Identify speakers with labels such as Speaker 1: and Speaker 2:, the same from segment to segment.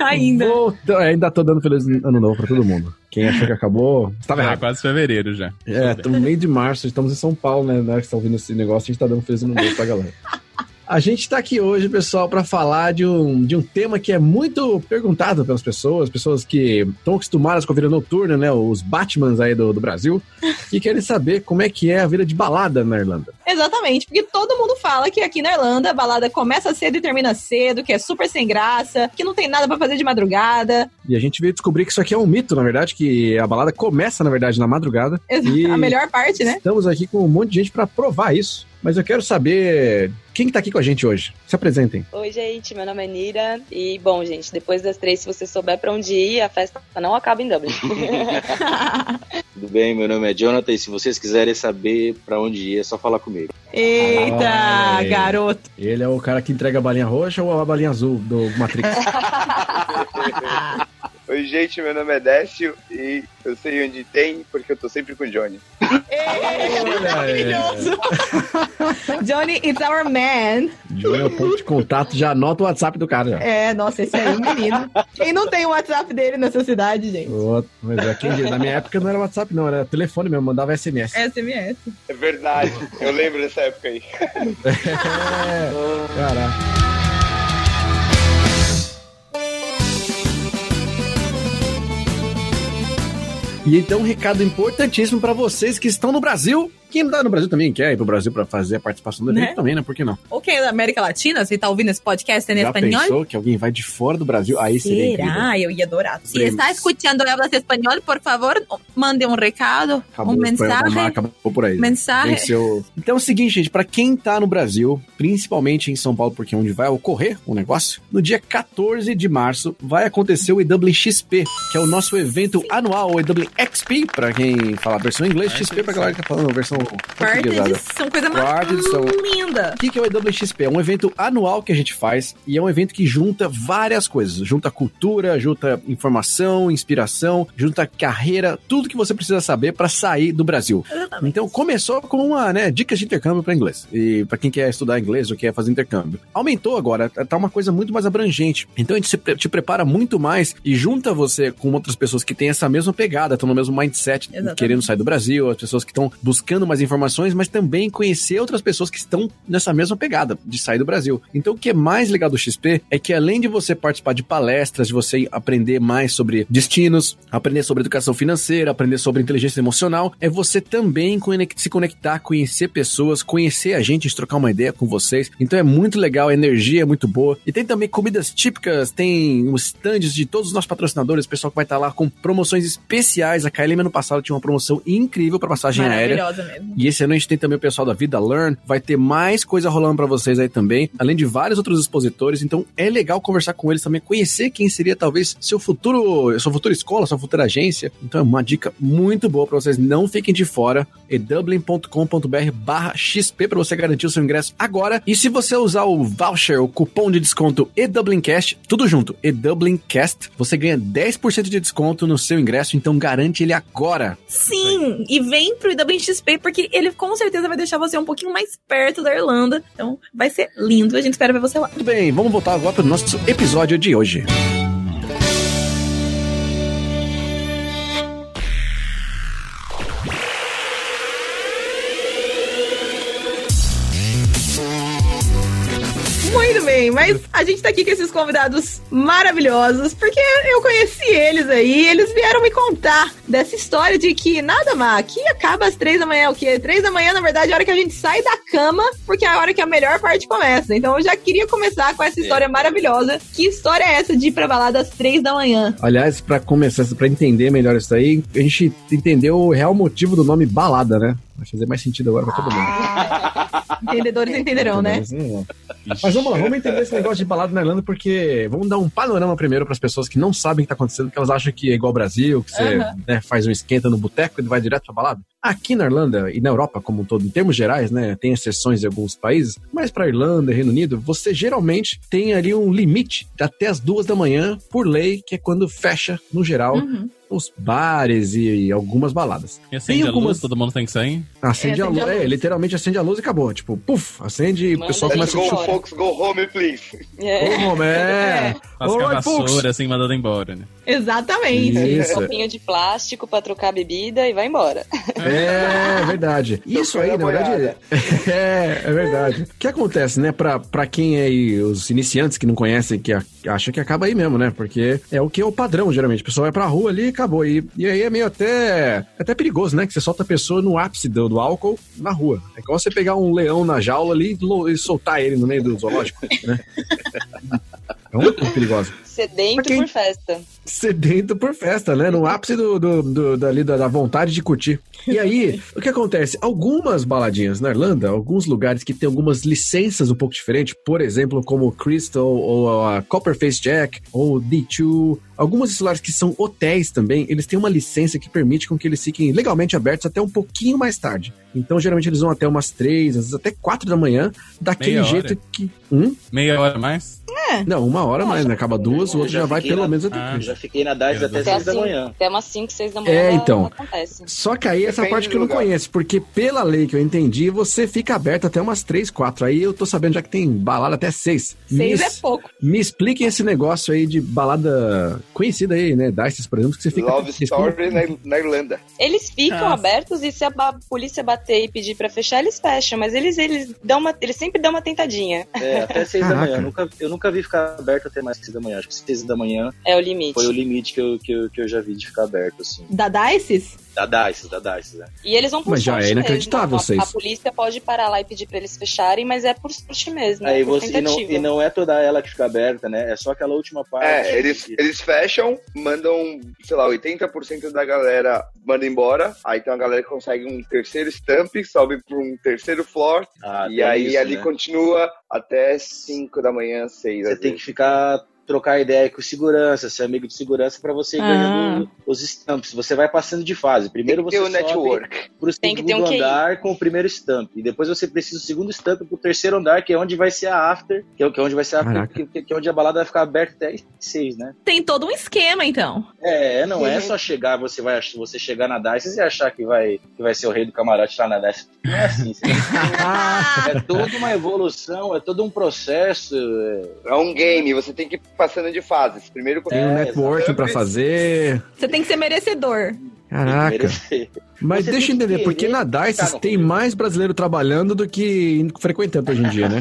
Speaker 1: ainda.
Speaker 2: Volta- É, Ainda tô dando feliz ano novo pra todo mundo. Quem achou que acabou, estava
Speaker 3: É,
Speaker 2: errado.
Speaker 3: quase fevereiro já.
Speaker 2: É, estamos no meio de março, estamos em São Paulo, né? Na hora que estão ouvindo esse negócio, a gente tá dando feliz ano novo pra galera. A gente tá aqui hoje, pessoal, pra falar de um, de um tema que é muito perguntado pelas pessoas, pessoas que estão acostumadas com a vida noturna, né? Os Batmans aí do, do Brasil, que querem saber como é que é a vida de balada na Irlanda.
Speaker 1: Exatamente, porque todo mundo fala que aqui na Irlanda a balada começa cedo e termina cedo, que é super sem graça, que não tem nada pra fazer de madrugada.
Speaker 2: E a gente veio descobrir que isso aqui é um mito, na verdade, que a balada começa, na verdade, na madrugada. E-
Speaker 1: A melhor parte, né?
Speaker 2: Estamos aqui com um monte de gente pra provar isso. Mas eu quero saber quem tá aqui com a gente hoje. Se apresentem.
Speaker 4: Oi, gente, meu nome é Nira. E, bom, gente, depois das três, se você souber pra onde ir, a festa não acaba em Dublin.
Speaker 5: Tudo bem? Meu nome é Jonathan e se vocês quiserem saber pra onde ir, é só falar comigo.
Speaker 1: Eita,
Speaker 2: Ai.
Speaker 1: garoto.
Speaker 2: Ele é o cara que entrega a balinha roxa ou a balinha azul do Matrix?
Speaker 6: Oi, gente, meu nome é Décio e eu sei onde tem porque eu tô sempre com o Johnny.
Speaker 2: É.
Speaker 1: Maravilhoso. Johnny, it's our man.
Speaker 2: João é o ponto de contato, já anota o WhatsApp do cara. Já.
Speaker 1: É, nossa, esse aí é um menino. Quem não tem o WhatsApp dele nessa cidade, gente?
Speaker 2: Ô, Mas é, quem diz, na minha época não era WhatsApp, não, era telefone mesmo, mandava SMS.
Speaker 1: SMS.
Speaker 6: É verdade, eu lembro dessa época aí.
Speaker 2: Caraca. E então, um recado importantíssimo pra vocês que estão no Brasil. Quem não tá no Brasil também quer ir pro Brasil pra fazer a participação do
Speaker 1: Né?
Speaker 2: evento também, né? Por que não?
Speaker 1: Ou quem é da América Latina, você tá ouvindo esse podcast em
Speaker 2: Já
Speaker 1: espanhol?
Speaker 2: pensou que alguém vai de fora do Brasil? Aí seria incrível.
Speaker 1: Será? Eu ia adorar. Se
Speaker 2: Primos.
Speaker 1: está escutando hablas espanhol, por favor, mande um recado,
Speaker 2: Acabou
Speaker 1: um
Speaker 2: o espanhol tá da Mar,
Speaker 1: mensagem.
Speaker 2: acabou por aí. né?
Speaker 1: Mensagem.
Speaker 2: Venceu. Então é o seguinte, gente, pra quem tá no Brasil, principalmente em São Paulo, porque é onde vai ocorrer o negócio, no dia 14 de março vai acontecer o EW XP, que é o nosso evento anual, o EW XP, pra quem fala a versão em inglês,
Speaker 3: Ah,
Speaker 2: XP pra
Speaker 3: interessante.
Speaker 2: galera que tá falando a versão
Speaker 1: Quarta
Speaker 2: portuguesada.
Speaker 1: edição, coisa mais
Speaker 2: Quarta edição.
Speaker 1: linda.
Speaker 2: O que que é o EWXP? É um evento anual que a gente faz e é um evento que junta várias coisas. Junta cultura, junta informação, inspiração, junta carreira, tudo que você precisa saber pra sair do Brasil. Então começou com uma, né, dicas de intercâmbio para inglês. E para quem quer estudar inglês ou quer fazer intercâmbio. Aumentou agora, tá tá uma coisa muito mais abrangente. Então a gente se pre- te prepara muito mais e junta você com outras pessoas que têm essa mesma pegada, estão no mesmo mindset,
Speaker 1: Exatamente.
Speaker 2: querendo sair do Brasil, as pessoas que estão buscando mais informações, mas também conhecer outras pessoas que estão nessa mesma pegada de sair do Brasil. Então o que é mais legal do XP é que além de você participar de palestras, de você aprender mais sobre destinos, aprender sobre educação financeira, aprender sobre inteligência emocional, é você também conec- se conectar, conhecer pessoas, conhecer a gente, trocar uma ideia com vocês. Então é muito legal, a energia é muito boa. E tem também comidas típicas, tem os stands de todos os nossos patrocinadores, o pessoal que vai estar lá com promoções especiais. A KLM ano passado tinha uma promoção incrível para passagem aérea.
Speaker 1: Maravilhosa mesmo.
Speaker 2: E esse ano a gente tem também o pessoal da Vida Learn, vai ter mais coisa rolando pra vocês aí também, além de vários outros expositores, então é legal conversar com eles também, conhecer quem seria talvez seu futuro, sua futura escola, sua futura agência. Então é uma dica muito boa pra vocês, não fiquem de fora, é dublin.com.br barra XP pra você garantir o seu ingresso agora. E se você usar o voucher, o cupom de desconto EDublinCast, tudo junto, EDublinCast, você ganha 10% de desconto no seu ingresso, então garante ele agora.
Speaker 1: Sim, e vem pro IWXP porque ele com certeza vai deixar você um pouquinho mais perto da Irlanda. Então vai ser lindo, a gente espera ver você lá.
Speaker 2: Muito bem, vamos voltar agora para o nosso episódio de hoje.
Speaker 1: Muito bem, mas a gente tá aqui com esses convidados maravilhosos, porque eu conheci eles aí, eles vieram me contar dessa história de que nada, Má, aqui acaba às três da manhã, o quê? Três da manhã, na verdade, é a hora que a gente sai da cama, porque é a hora que a melhor parte começa. Então eu já queria começar com essa história maravilhosa. Que história é essa de ir pra balada às três da manhã?
Speaker 2: Aliás, pra começar, pra entender melhor isso aí, a gente entendeu o real motivo do nome balada, né? Vai fazer mais sentido agora pra todo mundo.
Speaker 1: Entendedores entenderão, né?
Speaker 2: Mas vamos lá, vamos entender esse negócio de balada na Irlanda, porque vamos dar um panorama primeiro pras pessoas que não sabem o que tá acontecendo, que elas acham que é igual ao Brasil, que você
Speaker 1: Aham.
Speaker 2: né, faz um esquenta no boteco e vai direto pra balada. Aqui na Irlanda e na Europa como um todo, em termos gerais, né, tem exceções em alguns países, mas pra Irlanda e Reino Unido, você geralmente tem ali um limite de até as duas da manhã, por lei, que é quando fecha, no geral,
Speaker 1: Uhum.
Speaker 2: os bares e, e algumas baladas.
Speaker 3: E acende
Speaker 2: Tem
Speaker 3: a luz,
Speaker 2: algumas-
Speaker 3: todo mundo tem que sair.
Speaker 2: Acende,
Speaker 1: É, acende
Speaker 2: a luz,
Speaker 1: a luz.
Speaker 2: é, literalmente acende a luz e acabou. Tipo, puf, acende e o
Speaker 4: Manda
Speaker 2: pessoal
Speaker 5: é
Speaker 4: ele
Speaker 6: Let's
Speaker 2: começa a
Speaker 6: go,
Speaker 4: embora.
Speaker 6: folks, go home, please.
Speaker 4: É.
Speaker 2: Ô, é.
Speaker 3: As
Speaker 2: Oi,
Speaker 3: com a
Speaker 2: folks.
Speaker 3: vassoura, assim, mandando embora, né?
Speaker 1: Exatamente.
Speaker 2: Isso,
Speaker 4: Copinho de plástico pra trocar a bebida e vai embora.
Speaker 2: é verdade. Isso aí, na verdade, é, é verdade. O que acontece, né, pra, pra quem é aí, os iniciantes que não conhecem, que a- acha que acaba aí mesmo, né? Porque é o que é o padrão, geralmente. O pessoal vai pra rua ali e acabou. E, e aí é meio até, até perigoso, né? Que você solta a pessoa no ápice do, do álcool na rua. É igual você pegar um leão na jaula ali e lo- e soltar ele no meio do zoológico, né? É um pouco perigoso.
Speaker 4: Sedento
Speaker 2: Ok.
Speaker 4: por festa.
Speaker 2: sedento por festa, né? No ápice do, do, do- dali, da, da vontade de curtir. E aí, o que acontece? Algumas baladinhas na Irlanda, alguns lugares que tem algumas licenças um pouco diferentes, por exemplo, como o Crystal, ou a Copperface Jack, ou o D2, alguns desses lugares que são hotéis também, eles têm uma licença que permite com que eles fiquem legalmente abertos até um pouquinho mais tarde. Então, geralmente, eles vão até umas três, às vezes até quatro da manhã, daquele
Speaker 3: Meia hora.
Speaker 2: jeito que... Hum?
Speaker 3: Meia hora a mais?
Speaker 5: É.
Speaker 2: Não, uma hora mais, né? Acaba duas, o
Speaker 5: Eu
Speaker 2: outro
Speaker 5: já
Speaker 2: já vai
Speaker 5: fiquei
Speaker 2: pelo
Speaker 5: na-
Speaker 2: menos até
Speaker 3: Ah,
Speaker 2: três.
Speaker 5: Eu já fiquei na Dades até
Speaker 3: Exato.
Speaker 5: seis
Speaker 4: Até
Speaker 5: da
Speaker 4: assim.
Speaker 5: manhã.
Speaker 4: Até umas 5, 6 da manhã
Speaker 2: É,
Speaker 4: ela-
Speaker 2: então.
Speaker 4: ela acontece.
Speaker 2: Só que aí essa
Speaker 6: Depende
Speaker 2: parte
Speaker 6: do
Speaker 2: que eu não
Speaker 6: lugar.
Speaker 2: conheço, porque pela lei que eu entendi, você fica aberto até umas 3, 4. Aí eu tô sabendo já que tem balada até 6.
Speaker 1: Seis é pouco.
Speaker 2: me expliquem esse negócio aí de balada conhecida aí, né? Dices, por exemplo, que você fica.
Speaker 6: Love
Speaker 2: me
Speaker 6: Story na,
Speaker 5: né?
Speaker 2: explica-
Speaker 6: na Irlanda.
Speaker 4: Eles ficam
Speaker 3: Nossa.
Speaker 4: abertos e se a ba- polícia bater e pedir pra fechar, eles fecham, mas eles, eles dão uma, eles sempre dão uma tentadinha.
Speaker 5: É, até seis da
Speaker 2: Caraca.
Speaker 5: manhã. Eu nunca, eu nunca vi ficar aberto até mais seis da manhã. Acho que seis da manhã
Speaker 4: É o limite.
Speaker 5: foi o limite que eu, que eu, que eu já vi de ficar aberto, assim.
Speaker 1: Da Dices?
Speaker 5: Da Dices, da Dices, né?
Speaker 4: E eles vão por
Speaker 2: Mas já
Speaker 4: sorte
Speaker 2: é inacreditável
Speaker 4: mesmo. A- A
Speaker 2: vocês.
Speaker 4: polícia pode parar lá e pedir pra eles fecharem, mas é por sorte mesmo.
Speaker 5: Aí
Speaker 4: é por
Speaker 5: você, e, não,
Speaker 4: tentativa.
Speaker 5: e não é toda ela que fica aberta, né? É só aquela última parte.
Speaker 6: É, eles,
Speaker 5: que-
Speaker 6: eles fecham, mandam, sei lá, 80% da galera manda embora. Aí tem uma galera que consegue um terceiro stamp, sobe pra um terceiro floor.
Speaker 5: Ah,
Speaker 6: e
Speaker 5: tem
Speaker 6: aí
Speaker 5: isso,
Speaker 6: ali
Speaker 5: né?
Speaker 6: continua até 5 da manhã, 6.
Speaker 5: Você tem que ficar trocar ideia com segurança, ser amigo de segurança pra você ir
Speaker 1: Ah.
Speaker 5: ganhando os stamps. Você vai passando de fase. Primeiro
Speaker 6: que ter
Speaker 5: você
Speaker 6: o
Speaker 5: sobe
Speaker 6: network.
Speaker 5: pro
Speaker 4: Tem
Speaker 5: segundo
Speaker 4: que ter um QI.
Speaker 5: andar com o primeiro stamp. E depois você precisa do segundo stamp pro terceiro andar, que é onde vai ser a after, que é que é onde vai ser a after,
Speaker 2: Caraca.
Speaker 5: que, que- que é onde a balada vai ficar aberta até seis, né?
Speaker 1: Tem todo um esquema, então.
Speaker 5: É, não é
Speaker 6: Uhum.
Speaker 5: só chegar, você vai ach- você chegar na Dice e achar que vai, que vai ser o rei do camarote lá na Dice. Não é assim. você-
Speaker 1: Ah,
Speaker 5: é toda uma evolução, é todo um processo. é-
Speaker 6: É um game, você tem que ir passando de fases. Primeiro
Speaker 2: Tem um
Speaker 5: É,
Speaker 2: networking pra
Speaker 6: exatamente.
Speaker 2: fazer.
Speaker 1: você tem que ser merecedor.
Speaker 2: Caraca.
Speaker 5: merecer.
Speaker 2: Mas
Speaker 5: Você
Speaker 2: deixa eu
Speaker 5: tem que
Speaker 2: entender, porque
Speaker 5: querer
Speaker 2: na
Speaker 5: ficar
Speaker 2: Dices
Speaker 5: no
Speaker 2: tem
Speaker 5: rolê.
Speaker 2: mais brasileiro trabalhando do que in- frequentando hoje em dia, né?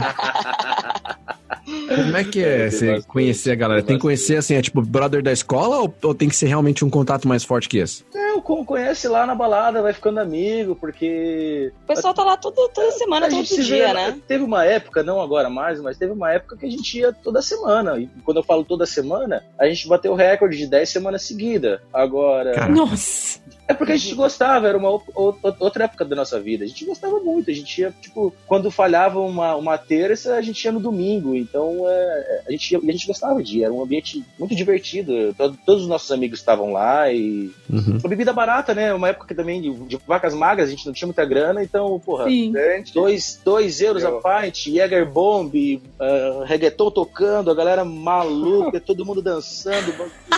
Speaker 2: Como é que é
Speaker 5: Tem
Speaker 2: você
Speaker 5: bastante,
Speaker 2: conhecer a galera?
Speaker 5: tem
Speaker 2: Tem que conhecer, assim, é tipo brother da escola ou, ou tem que ser realmente um contato mais forte que esse?
Speaker 5: Não, Então, con- conhece lá na balada, vai ficando amigo, porque.
Speaker 4: O pessoal tá lá todo, toda semana,
Speaker 5: É, a
Speaker 4: todo
Speaker 5: gente se vê,
Speaker 4: dia, né?
Speaker 5: Teve uma época, não agora mais, mas teve uma época que a gente ia toda semana. E quando eu falo toda semana, a gente bateu o recorde de 10 semanas seguidas. Agora.
Speaker 2: Cara.
Speaker 1: Nossa.
Speaker 5: É porque a gente gostava, era uma o- o- outra época da nossa vida. A gente gostava muito, a gente ia, tipo, quando falhava uma, uma terça, a gente ia no domingo. Então, é, a, gente, ia- e a gente gostava de ir, era um ambiente muito divertido. to- Todos os nossos amigos estavam lá e.
Speaker 2: Uhum.
Speaker 5: Uma bebida barata, né? Uma época que também de, de vacas magras, a gente não tinha muita grana, então, porra.
Speaker 1: Sim.
Speaker 6: Durante,
Speaker 5: Dois, dois euros
Speaker 6: Eu-
Speaker 5: a parte, Jäger Bomb, ah, reggaeton tocando, a galera maluca, todo mundo dançando.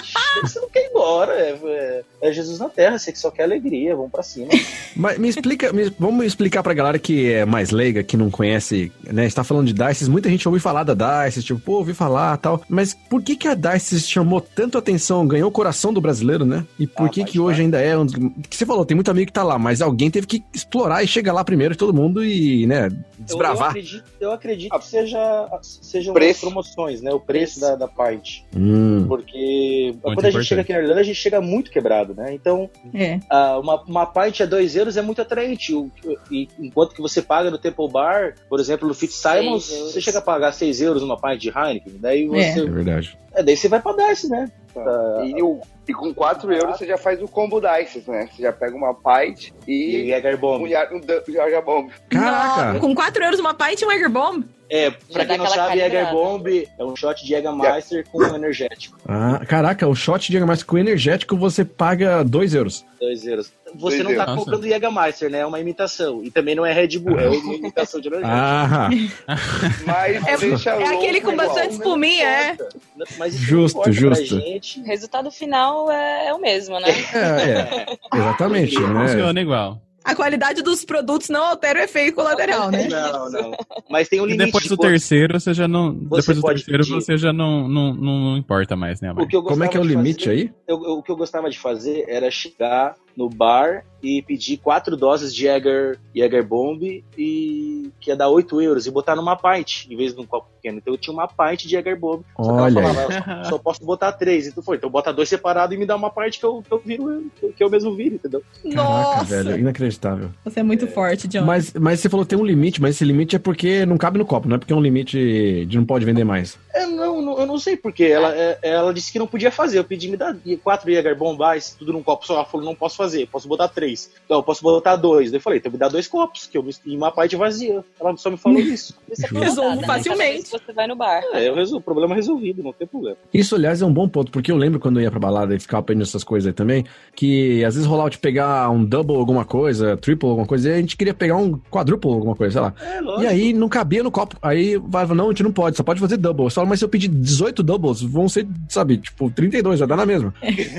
Speaker 5: Ixi, Você não quer ir embora, é, é- é Jesus na Terra, você que só quer alegria, vamos pra cima.
Speaker 2: Mas me explica, me- vamos explicar pra galera que é mais leiga, que não conhece, né? Está falando de Dice, muita gente ouviu falar da Dice, tipo, pô, ouvi falar tal. Mas por que que a Dice chamou tanto atenção, ganhou o coração do brasileiro, né? E por
Speaker 5: Ah,
Speaker 2: que
Speaker 5: mas
Speaker 2: que hoje
Speaker 5: vai.
Speaker 2: ainda é um dos, que você falou, tem muito amigo que tá lá, mas alguém teve que explorar e chegar lá primeiro de todo mundo e, né,
Speaker 5: Eu, eu
Speaker 2: desbravar.
Speaker 5: acredito, eu acredito que seja, sejam
Speaker 6: Preço.
Speaker 5: as promoções, né? O preço da, da parte.
Speaker 2: Hum.
Speaker 5: Porque quando a gente
Speaker 3: importante.
Speaker 5: chega aqui na Irlanda, a gente chega muito quebrado, né? Então,
Speaker 1: É.
Speaker 5: Ah, uma, uma pint a 2 euros é muito atraente. O- e enquanto que você paga no Temple Bar, por exemplo, no Fitzsimons,
Speaker 4: Seis euros.
Speaker 5: você chega a pagar 6 euros numa pint de Heineken. Daí
Speaker 2: É
Speaker 5: você,
Speaker 2: verdade.
Speaker 5: é, daí você vai pra Dice, né?
Speaker 6: E, o- e com 4 euros você já faz o combo dices, né? Você já pega uma pint
Speaker 5: E
Speaker 6: e
Speaker 5: Jäger
Speaker 6: um
Speaker 5: Bomb.
Speaker 6: Jar- um Jar- um Jar Jar Bomb.
Speaker 2: Caraca!
Speaker 1: Nossa, com 4 euros uma pint e um Egg Bomb?
Speaker 5: É, pra
Speaker 4: dá
Speaker 5: quem não
Speaker 4: aquela
Speaker 5: sabe,
Speaker 4: calibrada.
Speaker 5: Jägerbomb é um shot de Jägermeister com um energético.
Speaker 2: Ah, caraca, o shot de mais com energético você paga 2 euros.
Speaker 5: Dois euros. Você
Speaker 6: Dois
Speaker 5: não tá
Speaker 3: euros.
Speaker 5: comprando Jägermeister, né? É uma imitação. E também não é Red Bull, é uma imitação de energético.
Speaker 2: Ah,
Speaker 6: Mas
Speaker 1: É-
Speaker 6: deixa
Speaker 1: é aquele com
Speaker 6: igual.
Speaker 1: bastante espuminha, é.
Speaker 5: Não, Mas isso
Speaker 2: Justo,
Speaker 5: não importa pra
Speaker 2: justo.
Speaker 5: gente.
Speaker 4: O resultado final é, é o mesmo,
Speaker 2: é,
Speaker 4: né?
Speaker 2: é. Exatamente, né?
Speaker 3: Funciona igual.
Speaker 1: A qualidade dos produtos não altera o efeito colateral, né?
Speaker 5: Não, não. Mas tem um
Speaker 3: E
Speaker 5: limite.
Speaker 3: depois
Speaker 5: de
Speaker 3: do
Speaker 5: quanto-
Speaker 3: terceiro, você já não.
Speaker 5: Você
Speaker 3: depois do
Speaker 5: pode
Speaker 3: terceiro,
Speaker 5: pedir.
Speaker 3: você já não, não, não, não importa mais, né,
Speaker 5: O
Speaker 3: amor?
Speaker 5: que eu
Speaker 2: Como é que é o
Speaker 5: gostava de
Speaker 2: limite
Speaker 5: fazer-
Speaker 2: aí?
Speaker 5: eu- eu- o que eu gostava de fazer era chegar no bar e pedir quatro doses de Jäger, Jäger Bomb, e que ia dar 8 euros, e botar numa pint, em vez de um copo pequeno. Então eu tinha uma pint de Jäger Bomb. Só que ela
Speaker 2: Olha aí.
Speaker 5: falava, "Eu só, só posso botar três. Então foi, então bota dois separados e me dá uma parte que eu, que eu viro, que eu mesmo viro, entendeu?
Speaker 2: Caraca,
Speaker 1: Nossa!
Speaker 2: velho, inacreditável.
Speaker 1: Você é muito forte, John.
Speaker 2: Mas, mas você falou que tem um limite, mas esse limite é porque não cabe no copo, não é porque é um limite de não pode vender mais.
Speaker 5: É, não, não- eu não sei porque. Ela, é, ela disse que não podia fazer. Eu pedi, me dá quatro Jäger bombais, tudo num copo só. Ela falou, não posso fazer, posso botar três. Não, eu posso botar dois. Daí eu falei, então me dá dois copos, que eu mis- e uma parte vazia. Ela só me falou isso.
Speaker 4: Isso é
Speaker 2: Justo.
Speaker 4: acomodado,
Speaker 1: Resolvo
Speaker 4: né?
Speaker 1: facilmente.
Speaker 4: Cada vez que Você vai no bar.
Speaker 5: É, eu resol- problema resolvido, não tem problema.
Speaker 2: Isso, aliás, é um bom ponto, porque eu lembro quando eu ia pra balada e ficava aprendendo essas coisas aí também, que às vezes rolava de pegar um double alguma coisa, triple alguma coisa, e a gente queria pegar um quadruple alguma coisa, sei lá.
Speaker 5: É,
Speaker 2: E aí não cabia no copo. Aí falava, não, a gente não pode, só pode fazer double. Você fala, mas se eu pedir 18 doubles, vão ser, sabe, tipo, 32, vai dar na mesma.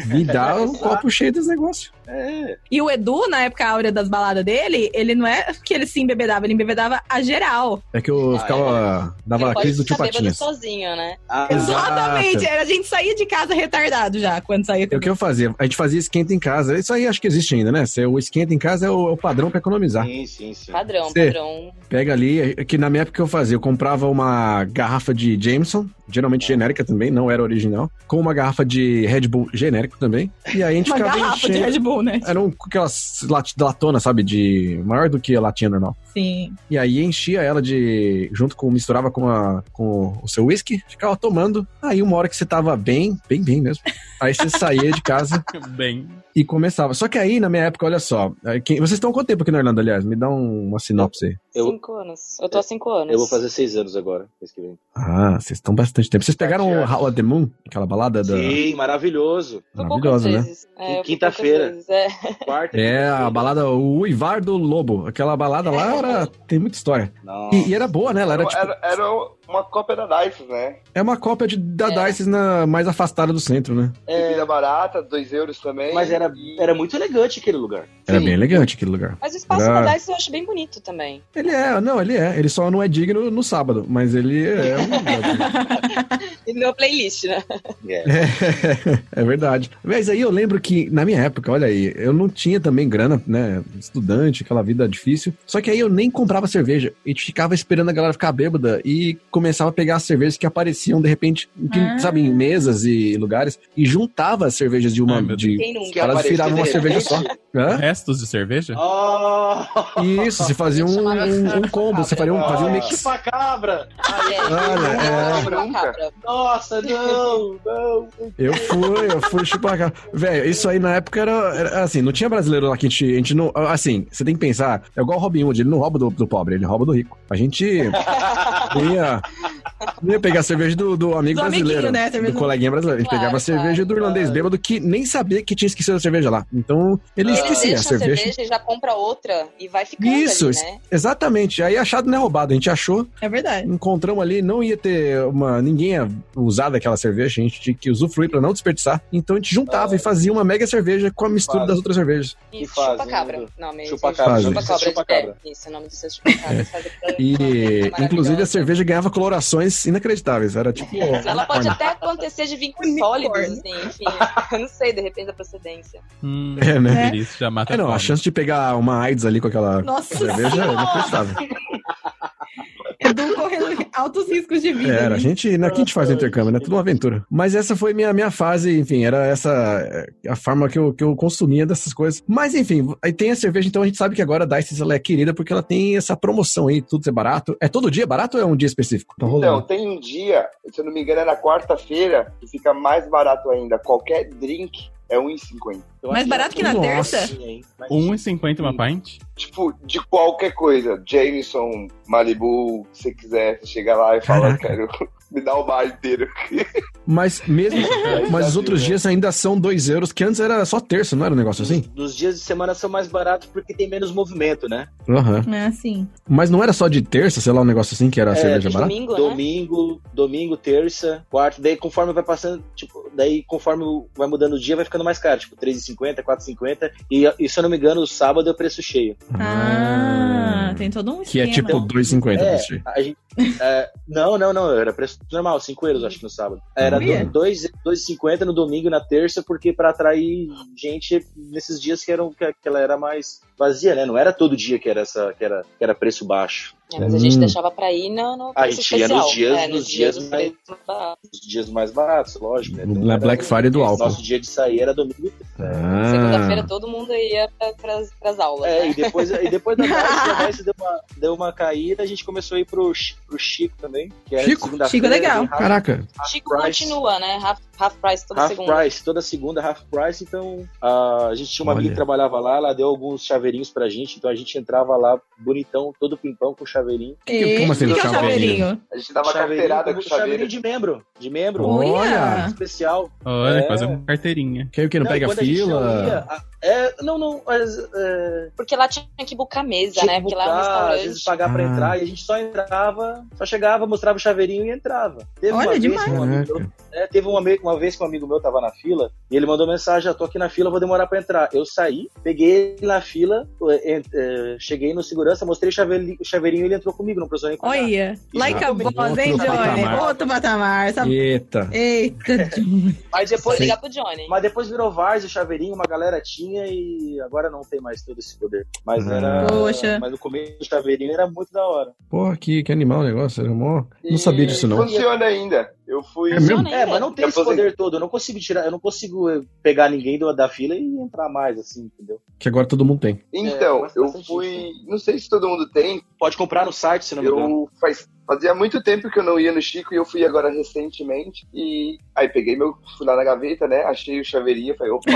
Speaker 2: Me dá um copo cheio desse negócio.
Speaker 5: É,
Speaker 1: E o Edu, na época áurea das baladas dele, ele não é que ele se embebedava, ele embebedava a geral.
Speaker 2: É que eu
Speaker 5: Ah,
Speaker 2: ficava. dava
Speaker 4: Não
Speaker 2: a
Speaker 4: pode
Speaker 2: crise do tio
Speaker 4: ficar bêbado
Speaker 2: Patinhas.
Speaker 4: sozinho, né?
Speaker 5: Ah,
Speaker 2: Exato.
Speaker 1: Exatamente! era- A gente saía de casa retardado já, quando saía.
Speaker 2: É O que eu fazia? A gente fazia esquenta em casa. Isso aí acho que existe ainda, né? Se é O esquenta em casa é o, é o padrão pra economizar.
Speaker 5: sim, sim, sim.
Speaker 4: Padrão,
Speaker 2: Você-
Speaker 4: padrão.
Speaker 2: Pega ali, é que na minha época que eu fazia, eu comprava uma garrafa de Jameson, geralmente genérica também, não era original, com uma garrafa de Red Bull genérico também. E aí a gente
Speaker 1: Uma
Speaker 2: ficava
Speaker 1: garrafa de
Speaker 2: enchendo-
Speaker 1: Red Bull, né?
Speaker 2: Era um, aquelas lat- latonas, sabe? De maior do que a latinha normal.
Speaker 1: Sim.
Speaker 2: E aí enchia ela de. junto com. misturava com, a, com o seu whisky, ficava tomando. Aí uma hora que você tava bem, bem, bem mesmo. Aí você saía de casa
Speaker 3: Bem.
Speaker 2: e começava. Só que aí, na minha época, olha só. aí quem- vocês estão há quanto tempo aqui na Irlanda, aliás? Me dá um- uma sinopse aí.
Speaker 5: Eu-
Speaker 4: Cinco anos. Eu tô há cinco anos.
Speaker 5: Eu vou fazer seis anos agora, mês que vem.
Speaker 2: Ah, vocês estão bastante tempo. Vocês pegaram o Howl at the Moon, aquela balada da.
Speaker 5: Sim, maravilhoso.
Speaker 4: Fui
Speaker 2: Maravilhosa,
Speaker 4: poucas
Speaker 2: né?
Speaker 4: vezes. É, eu fui
Speaker 5: Quinta-feira.
Speaker 4: poucas vezes, é.
Speaker 5: Quarta.
Speaker 2: É, a balada O Uivar do Lobo. Aquela balada lá era, tem muita história.
Speaker 5: Não.
Speaker 2: E, e era boa, né? Ela era,
Speaker 6: Era,
Speaker 2: tipo,
Speaker 6: era, uma cópia da Dice, né?
Speaker 2: é uma cópia de, da
Speaker 4: É.
Speaker 2: Dices na, mais afastada do centro, né?
Speaker 5: É,
Speaker 6: Bebida barata, 2 euros também.
Speaker 5: mas era,
Speaker 6: E-
Speaker 5: era muito elegante aquele lugar.
Speaker 2: Era
Speaker 6: Sim.
Speaker 2: bem elegante aquele lugar.
Speaker 4: Mas o espaço
Speaker 2: Era-
Speaker 4: da Dice eu acho bem bonito também.
Speaker 2: Ele é, não, ele é. Ele só não é digno no sábado, mas ele é um.
Speaker 4: E meu playlist, né?
Speaker 5: É.
Speaker 2: é verdade. Mas aí eu lembro que, na minha época, olha aí, eu não tinha também grana, né? Estudante, aquela vida difícil. Só que aí eu nem comprava cerveja. E ficava esperando a galera ficar bêbada e começava a pegar as cervejas que apareciam, de repente, em que-
Speaker 1: Ah.
Speaker 2: sabe, em mesas e lugares. E juntava as cervejas de uma.
Speaker 3: Ai, meu
Speaker 2: de...
Speaker 4: Quem nunca?
Speaker 6: Que
Speaker 2: Elas
Speaker 6: apareceu
Speaker 2: viravam uma
Speaker 6: de
Speaker 2: cerveja só.
Speaker 6: repente.
Speaker 2: Hã?
Speaker 3: Restos de
Speaker 5: É.
Speaker 3: cerveja?
Speaker 5: Oh!
Speaker 2: E Isso, se fazia um, um- um combo, você faria um, fazia um mix.
Speaker 5: Chupacabra! Ai,
Speaker 4: É,
Speaker 2: Olha,
Speaker 4: eu
Speaker 6: é.
Speaker 4: sou uma cabra.
Speaker 5: Nossa, não, não.
Speaker 2: Eu fui, eu fui chupar cara. Velho, isso aí na época era, era, assim, não tinha brasileiro lá que a gente, a gente não. Assim, você tem que pensar, é igual o Robin Hood, ele não rouba do, do pobre, ele rouba do rico. A gente não ia, não ia pegar a cerveja do, do amigo
Speaker 1: Do amiguinho,
Speaker 2: brasileiro.
Speaker 1: né? Cerveja
Speaker 2: Do
Speaker 1: do-
Speaker 2: coleguinha brasileiro. A gente
Speaker 4: Claro,
Speaker 2: pegava a cerveja do irlandês bêbado que nem sabia que tinha esquecido a cerveja lá. Então, ele
Speaker 4: Ele
Speaker 2: esquecia
Speaker 4: deixa
Speaker 2: a cerveja.
Speaker 4: e já compra outra e vai ficando
Speaker 2: Isso,
Speaker 4: ali,
Speaker 2: isso.
Speaker 4: né?
Speaker 2: Exatamente. Aí achado não é roubado. A gente achou,
Speaker 1: É verdade.
Speaker 2: encontramos ali, não ia ter uma. Ninguém ia usar daquela cerveja, a gente tinha que usufruir pra não desperdiçar. Então a gente juntava
Speaker 5: Ah.
Speaker 2: e fazia uma mega cerveja com a mistura
Speaker 5: Faz.
Speaker 2: das outras cervejas.
Speaker 5: Que
Speaker 4: Isso,
Speaker 5: fazem,
Speaker 4: chupa-cabra.
Speaker 5: né?
Speaker 4: Não, mesmo.
Speaker 5: Chupa-cabra,
Speaker 2: Fazem.
Speaker 4: Chupa-cabra.
Speaker 5: Chupa-cabra.
Speaker 4: É, isso, o nome do seu chupa-cabra. Sabe?
Speaker 2: E,
Speaker 4: Maravilhosa.
Speaker 2: inclusive, assim, a cerveja ganhava colorações inacreditáveis. Era tipo.
Speaker 4: Ela pode até acontecer de vir com
Speaker 1: Unicórnio.
Speaker 4: sólidos, assim, enfim. Eu não sei, de repente, da procedência.
Speaker 3: Hum,
Speaker 2: É, né?
Speaker 1: É.
Speaker 3: Isso já mata
Speaker 2: É, não,
Speaker 3: a
Speaker 2: a
Speaker 3: fome.
Speaker 2: chance de pegar uma AIDS ali com aquela
Speaker 1: Nossa
Speaker 2: cerveja é
Speaker 1: senhora!
Speaker 2: inacreditável.
Speaker 1: Edu correndo altos riscos de vida.
Speaker 2: É, Era, a
Speaker 1: né?
Speaker 2: gente, na que a gente faz no intercâmbio, né? Tudo uma aventura. Mas essa foi minha, minha fase, enfim, era essa é, a forma que eu, que eu consumia dessas coisas. Mas enfim, aí tem a cerveja, então a gente sabe que agora a Dice ela é querida porque ela tem essa promoção aí, tudo é barato. É todo dia barato ou é um dia específico? Tá
Speaker 6: Então,
Speaker 2: rolando.
Speaker 6: tem um dia, se eu não me engano, era quarta-feira, que fica mais barato ainda. Qualquer drink é 1,50.
Speaker 5: Então,
Speaker 1: Mais
Speaker 5: assim,
Speaker 1: barato que na
Speaker 5: nossa,
Speaker 1: terça?
Speaker 5: assim, hein? Mas-
Speaker 3: 1,50 uma pint?
Speaker 6: Tipo, de qualquer coisa. Jameson, Malibu, se você quiser, você chega lá e fala, quero me dar o bar inteiro.
Speaker 2: Mas mesmo. mas os outros dias ainda são 2 euros, que antes era só terça, não era um negócio assim?
Speaker 5: Nos dias de semana são mais baratos porque tem menos movimento, né?
Speaker 2: Aham.
Speaker 1: É, sim.
Speaker 2: Mas não era só de terça, sei lá, um negócio assim
Speaker 5: É,
Speaker 2: que era
Speaker 1: É,
Speaker 2: cerveja
Speaker 4: de
Speaker 2: barata?
Speaker 4: domingo, né?
Speaker 5: Domingo, domingo, terça, quarta. Daí conforme vai passando, tipo, daí conforme vai mudando o dia, vai ficando mais caro. Tipo, 3,50, 4,50. E, e se eu não me engano, o sábado é o preço cheio.
Speaker 1: Ah, tem todo um
Speaker 2: Que
Speaker 1: esquema.
Speaker 2: é tipo 2,50 pra assistir.
Speaker 5: A gente- é, não, não, não. Era preço normal, 5 euros, acho que no sábado. Era
Speaker 1: Olha.
Speaker 5: do- dois- 2,50 no domingo e na terça, porque pra atrair gente nesses dias que, eram, que, que ela era mais vazia, né? Não era todo dia que era, essa, que era, que era preço baixo.
Speaker 4: É, mas a gente
Speaker 2: Hum.
Speaker 4: deixava pra ir no, no
Speaker 5: A
Speaker 4: preço
Speaker 5: gente ia nos
Speaker 4: especial.
Speaker 5: dias-
Speaker 4: É,
Speaker 5: nos dias
Speaker 4: dos
Speaker 5: mais-
Speaker 4: preços da-
Speaker 5: Os dias mais baratos, lógico. Né? Então,
Speaker 2: Na
Speaker 5: era-
Speaker 2: é Black Friday do álcool.
Speaker 5: Nosso dia de sair era domingo e
Speaker 2: Ah,
Speaker 4: Segunda-feira todo mundo ia pra, pras, pras aulas.
Speaker 5: É,
Speaker 4: né?
Speaker 5: e depois, e depois da Dice, da Dice deu, uma, deu uma caída, a gente começou a ir pro, Chi- pro Chico também. Que era
Speaker 2: Chico?
Speaker 5: segunda-feira,
Speaker 1: Chico é legal.
Speaker 5: tem Half,
Speaker 2: caraca.
Speaker 4: Chico
Speaker 5: price.
Speaker 4: continua, né? Half, half price toda
Speaker 5: half
Speaker 4: segunda.
Speaker 5: price, toda segunda half price. Então a gente tinha uma
Speaker 2: Olha.
Speaker 5: amiga que trabalhava lá, ela deu alguns chaveirinhos pra gente. Então a gente entrava lá bonitão, todo pimpão com chaveirinho.
Speaker 2: que- como assim,
Speaker 1: o que é o
Speaker 2: chaveirinho?
Speaker 1: chaveirinho?
Speaker 6: A gente dava carteirada com o chaveiro.
Speaker 5: chaveirinho de membro, de membro. um
Speaker 2: Olha.
Speaker 5: Especial.
Speaker 3: Olha,
Speaker 5: É.
Speaker 3: quase uma carteirinha.
Speaker 2: Que aí o que não,
Speaker 5: Não,
Speaker 2: pega
Speaker 5: quando a gente não ia,
Speaker 2: fila?
Speaker 5: a- é, não, não, mas, é,
Speaker 4: Porque lá tinha que bucar mesa,
Speaker 5: tinha
Speaker 4: né?
Speaker 5: que
Speaker 4: Porque lá é um
Speaker 5: buscar, às
Speaker 4: restaurante.
Speaker 5: vezes pagar pra
Speaker 2: Ah.
Speaker 5: entrar, e a gente só entrava, só chegava, mostrava o chaveirinho e entrava. Teve
Speaker 1: Olha,
Speaker 5: uma vez,
Speaker 1: demais.
Speaker 5: um amigo meu
Speaker 2: Caraca.
Speaker 5: É, teve uma, me- uma vez que um amigo meu tava na fila e ele mandou mensagem: "Ah, tô aqui na fila, vou demorar pra entrar. Eu saí, peguei ele na fila, eh, eh, eh, cheguei no segurança, mostrei o chaveirinho, o chaveirinho e ele entrou comigo, não precisou nem pagar.
Speaker 1: Olha, like a
Speaker 5: Outro
Speaker 1: boss, hein, Johnny?
Speaker 2: patamar.
Speaker 1: Outro patamar, sabe?
Speaker 2: Eita.
Speaker 1: Eita, Johnny.
Speaker 5: Mas
Speaker 4: Vou
Speaker 5: depois,
Speaker 4: ligar pro Johnny.
Speaker 5: mas depois virou Vars, o chaveirinho, uma galera tinha e agora não tem mais todo esse poder. Mas
Speaker 2: Ah.
Speaker 5: era.
Speaker 1: Poxa.
Speaker 5: Mas no começo o chaveirinho era muito da hora.
Speaker 2: Porra, que, que animal o negócio. Era mó... Não sabia disso, não.
Speaker 6: Funciona ainda. Eu fui.
Speaker 2: É mesmo?
Speaker 4: Funciona
Speaker 5: É,
Speaker 4: ainda.
Speaker 5: mas não tem esse
Speaker 6: Depois-
Speaker 5: poder todo. Eu não consigo tirar, eu não consigo eh, pegar ninguém do- da fila e entrar mais, assim, entendeu?
Speaker 2: Que agora todo mundo tem.
Speaker 6: Então,
Speaker 5: É,
Speaker 6: eu
Speaker 5: bastante
Speaker 6: fui. Não sei se todo mundo tem.
Speaker 5: Pode comprar no site, se não me engano.
Speaker 6: Eu faz- fazia muito tempo que eu não ia no Chico e eu fui agora recentemente. E aí peguei meu. Fui lá na gaveta, né? Achei o chaveirinho. Falei, opa.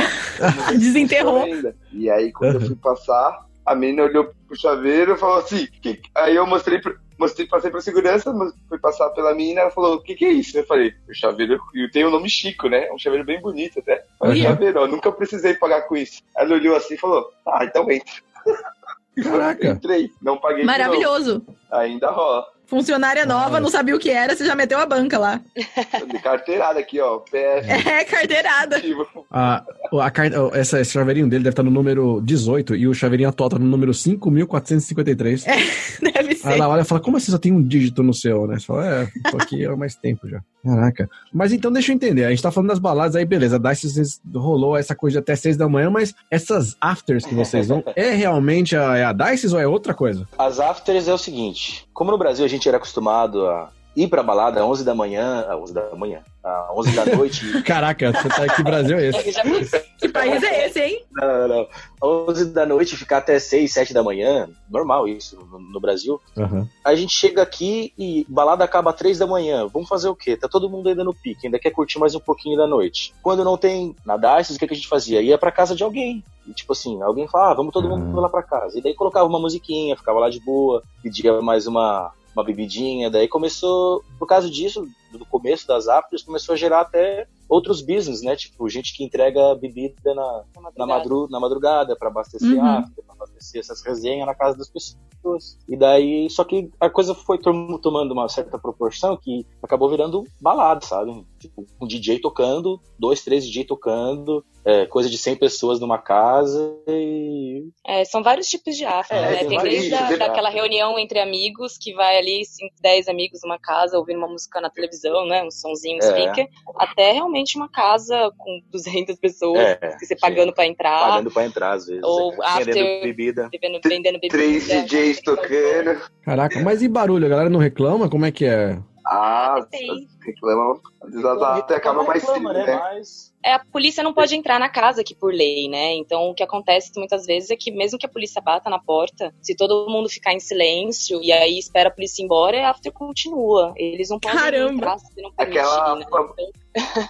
Speaker 1: Desenterrou.
Speaker 6: ainda. E aí, quando eu fui passar, a menina olhou pro chaveiro e falou assim: "Que- que-" aí eu mostrei, pra- mostrei, passei pra segurança, mas fui passar pela menina, ela falou: o que, que é isso? Eu falei: o chaveiro, eu tenho o nome Chico, né? É um chaveiro bem bonito até. Mas
Speaker 2: Uhum.
Speaker 6: chaveiro, ó, nunca precisei pagar com isso. Ela olhou assim e falou: ah, então entra. E foi,
Speaker 2: Caraca.
Speaker 6: Entrei, não paguei. de novo.
Speaker 1: Maravilhoso.
Speaker 6: Ainda rola.
Speaker 1: Funcionária nova,
Speaker 2: Ah.
Speaker 1: não sabia o que era, você já meteu a banca lá.
Speaker 6: De carteirada aqui, ó. tipo, PF.
Speaker 1: É, carteirada.
Speaker 6: ativo.
Speaker 2: A, a, car- essa, esse chaveirinho dele deve estar no número 18 e o chaveirinho atual tá no número 5.453.
Speaker 1: Deve
Speaker 2: Aí
Speaker 1: ser.
Speaker 2: ela olha e fala, como assim só tem um dígito no seu, né? Você fala, é, tô aqui há mais tempo já. Caraca. Mas então deixa eu entender, a gente tá falando das baladas aí, beleza, a Dice vocês- rolou essa coisa de até seis da manhã, mas essas afters que vocês vão, é realmente a, é a Dice ou é outra coisa?
Speaker 5: As afters é o seguinte, como no Brasil a gente era acostumado a ir pra balada às 11 da manhã, às 11 da manhã, às 11 da noite,
Speaker 2: Caraca, você tá aqui, Brasil é esse?
Speaker 4: Eu já pensei.
Speaker 1: Que país é esse, hein?
Speaker 5: não, não, não, às 11 da noite e ficar até 6, 7 da manhã, normal isso no, no Brasil.
Speaker 2: Aham.
Speaker 5: A gente chega aqui e balada acaba às 3 da manhã, vamos fazer o quê? Tá todo mundo ainda no pique, ainda quer curtir mais um pouquinho da noite. Quando não tem nada, ah, o que, que a gente fazia? Ia pra casa de alguém. E, tipo assim, alguém fala, ah, vamos todo mundo lá pra casa. E daí colocava uma musiquinha, ficava lá de boa, pedia mais uma, uma bebidinha, daí começou, por causa disso, do começo das afters, começou a gerar até outros business, né? Tipo, gente que entrega bebida na, na, madru, na madrugada pra abastecer
Speaker 1: Uhum.
Speaker 5: after, pra abastecer essas resenhas na casa das pessoas. E daí, só que a coisa foi tom- tomando uma certa proporção que acabou virando balada, sabe? Tipo, um DJ tocando, dois, três DJ tocando, é, coisa de 100 pessoas numa casa e...
Speaker 4: É, são vários tipos de after,
Speaker 5: É,
Speaker 4: né?
Speaker 5: tem
Speaker 4: Tem
Speaker 5: vários
Speaker 4: desde
Speaker 6: tipos de
Speaker 4: da,
Speaker 6: after.
Speaker 4: daquela reunião entre amigos que vai ali, 5, 10 amigos numa casa, ouvindo uma música na televisão, né? Um sonzinho, um
Speaker 5: É.
Speaker 4: speaker, até realmente uma casa com 200 pessoas,
Speaker 5: É,
Speaker 4: que você
Speaker 5: sim.
Speaker 4: pagando pra entrar,
Speaker 5: Pagando pra entrar, às vezes.
Speaker 4: Ou
Speaker 5: né?
Speaker 4: after-
Speaker 5: Vendendo bebida.
Speaker 4: vendendo, vendendo bebida. né?
Speaker 6: Três DJs tocando.
Speaker 2: Caraca, mas e barulho? A galera não reclama? Como é que é?
Speaker 6: Ah,
Speaker 4: Tem.
Speaker 6: reclamam, às vezes ela até acaba mais cedo,
Speaker 5: reclama,
Speaker 6: né?
Speaker 5: Mas
Speaker 4: É, a polícia não pode entrar na casa aqui por lei, né? Então, o que acontece muitas vezes é que, mesmo que a polícia bata na porta, se todo mundo ficar em silêncio e aí espera a polícia ir embora, a after continua. Eles não podem
Speaker 1: Caramba!
Speaker 4: entrar se não permitir,
Speaker 6: Aquela,
Speaker 4: né?
Speaker 6: fam-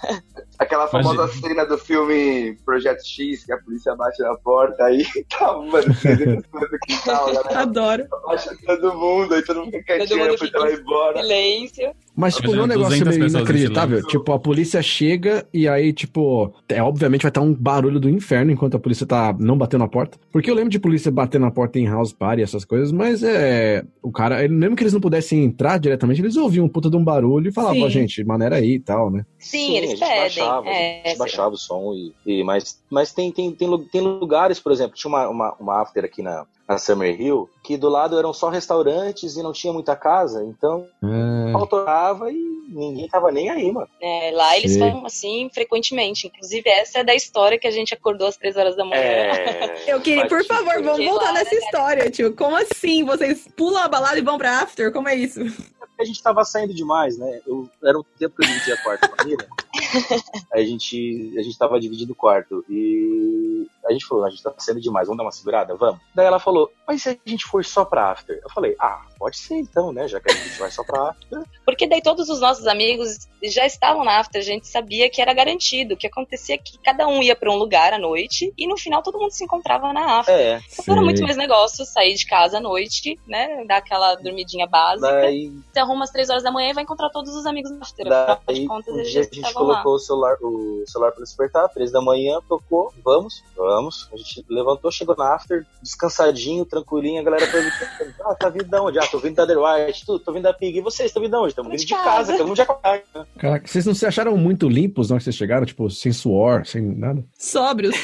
Speaker 6: aquela
Speaker 3: Mas-
Speaker 6: famosa cena do filme Projeto X, que a polícia bate na porta aí tá, mano, fazendo coisa no quintal, galera.
Speaker 1: Adoro.
Speaker 6: Baixa todo mundo, aí todo mundo
Speaker 4: Todo
Speaker 6: fica
Speaker 4: mundo
Speaker 6: quietinho, depois
Speaker 4: fica
Speaker 6: ela vai
Speaker 4: em
Speaker 6: embora.
Speaker 4: Silêncio.
Speaker 2: Mas, tipo,
Speaker 3: Mas
Speaker 2: não é um
Speaker 3: eram
Speaker 2: negócio
Speaker 3: 200
Speaker 2: meio
Speaker 3: pessoas em
Speaker 2: inacreditável.
Speaker 6: silêncio.
Speaker 2: Tipo, a polícia chega e aí, tipo, é, obviamente vai estar um barulho do inferno enquanto a polícia tá não batendo na porta. Porque eu lembro de polícia batendo na porta em house party, essas coisas, mas é. O cara, ele- mesmo que eles não pudessem entrar diretamente, eles ouviam um puta de um barulho e falavam,
Speaker 1: Sim.
Speaker 2: "Ó, gente, maneira aí e tal, né?
Speaker 4: Sim,
Speaker 5: a
Speaker 4: eles
Speaker 5: gente
Speaker 4: pedem.
Speaker 5: Baixava,
Speaker 4: é,
Speaker 5: a gente baixava o som e, e- mas, mas tem, tem, tem, lu- tem lugares, por exemplo, tinha uma, uma, uma after aqui na, na Summer Hill que do lado eram só restaurantes e não tinha muita casa, então
Speaker 2: É.
Speaker 5: autorava e ninguém tava nem aí, mano.
Speaker 4: é, lá eles
Speaker 2: Sim.
Speaker 4: falam assim frequentemente. Inclusive, essa é da história que a gente acordou às três horas da manhã.
Speaker 5: É.
Speaker 6: É
Speaker 1: Eu queria, por favor, vamos
Speaker 4: Porque
Speaker 1: voltar
Speaker 4: lá,
Speaker 1: nessa história, tio. Como assim? Vocês pulam a balada e vão pra after? Como é isso?
Speaker 5: a gente tava saindo demais, né? Eu, era um tempo que eu dividia quarto com a Mira. Aí a gente, a gente tava dividindo o quarto. E a gente falou, a gente tá saindo demais, vamos dar uma segurada? Vamos. Daí ela falou, mas se a gente for só pra after? Eu falei, ah, pode ser então, né? Já que a gente vai só pra after.
Speaker 4: Porque daí todos os nossos amigos já estavam na after, a gente sabia que era garantido. O que acontecia é que cada um ia pra um lugar à noite e no final todo mundo se encontrava na after.
Speaker 5: É,
Speaker 4: Então era
Speaker 2: Sei.
Speaker 4: muito mais negócio sair de casa à noite, né? Dar aquela dormidinha básica.
Speaker 5: daí,
Speaker 4: Você arruma às três horas da manhã e vai encontrar todos os amigos na after. Afinal
Speaker 5: daí
Speaker 4: de contas,
Speaker 5: um
Speaker 4: eles
Speaker 5: dia
Speaker 4: já
Speaker 5: a gente
Speaker 4: estavam lá.
Speaker 5: colocou o celular, o celular pra despertar, três da manhã, tocou, vamos, vamos. A gente levantou, chegou na after, descansadinho, tranquilinho, a galera perguntando, ah, tá vindo da onde? Ah, tô vindo da Otherwise, tu, tô vindo da Pig, e vocês, estão vindo da onde? Estamos
Speaker 4: Tô
Speaker 5: vindo
Speaker 4: de
Speaker 5: de casa,
Speaker 4: casa.
Speaker 5: estamos de casa.
Speaker 2: Caraca, vocês não se acharam muito limpos na hora que vocês chegaram? Tipo, sem suor, sem nada?
Speaker 1: Sóbrios.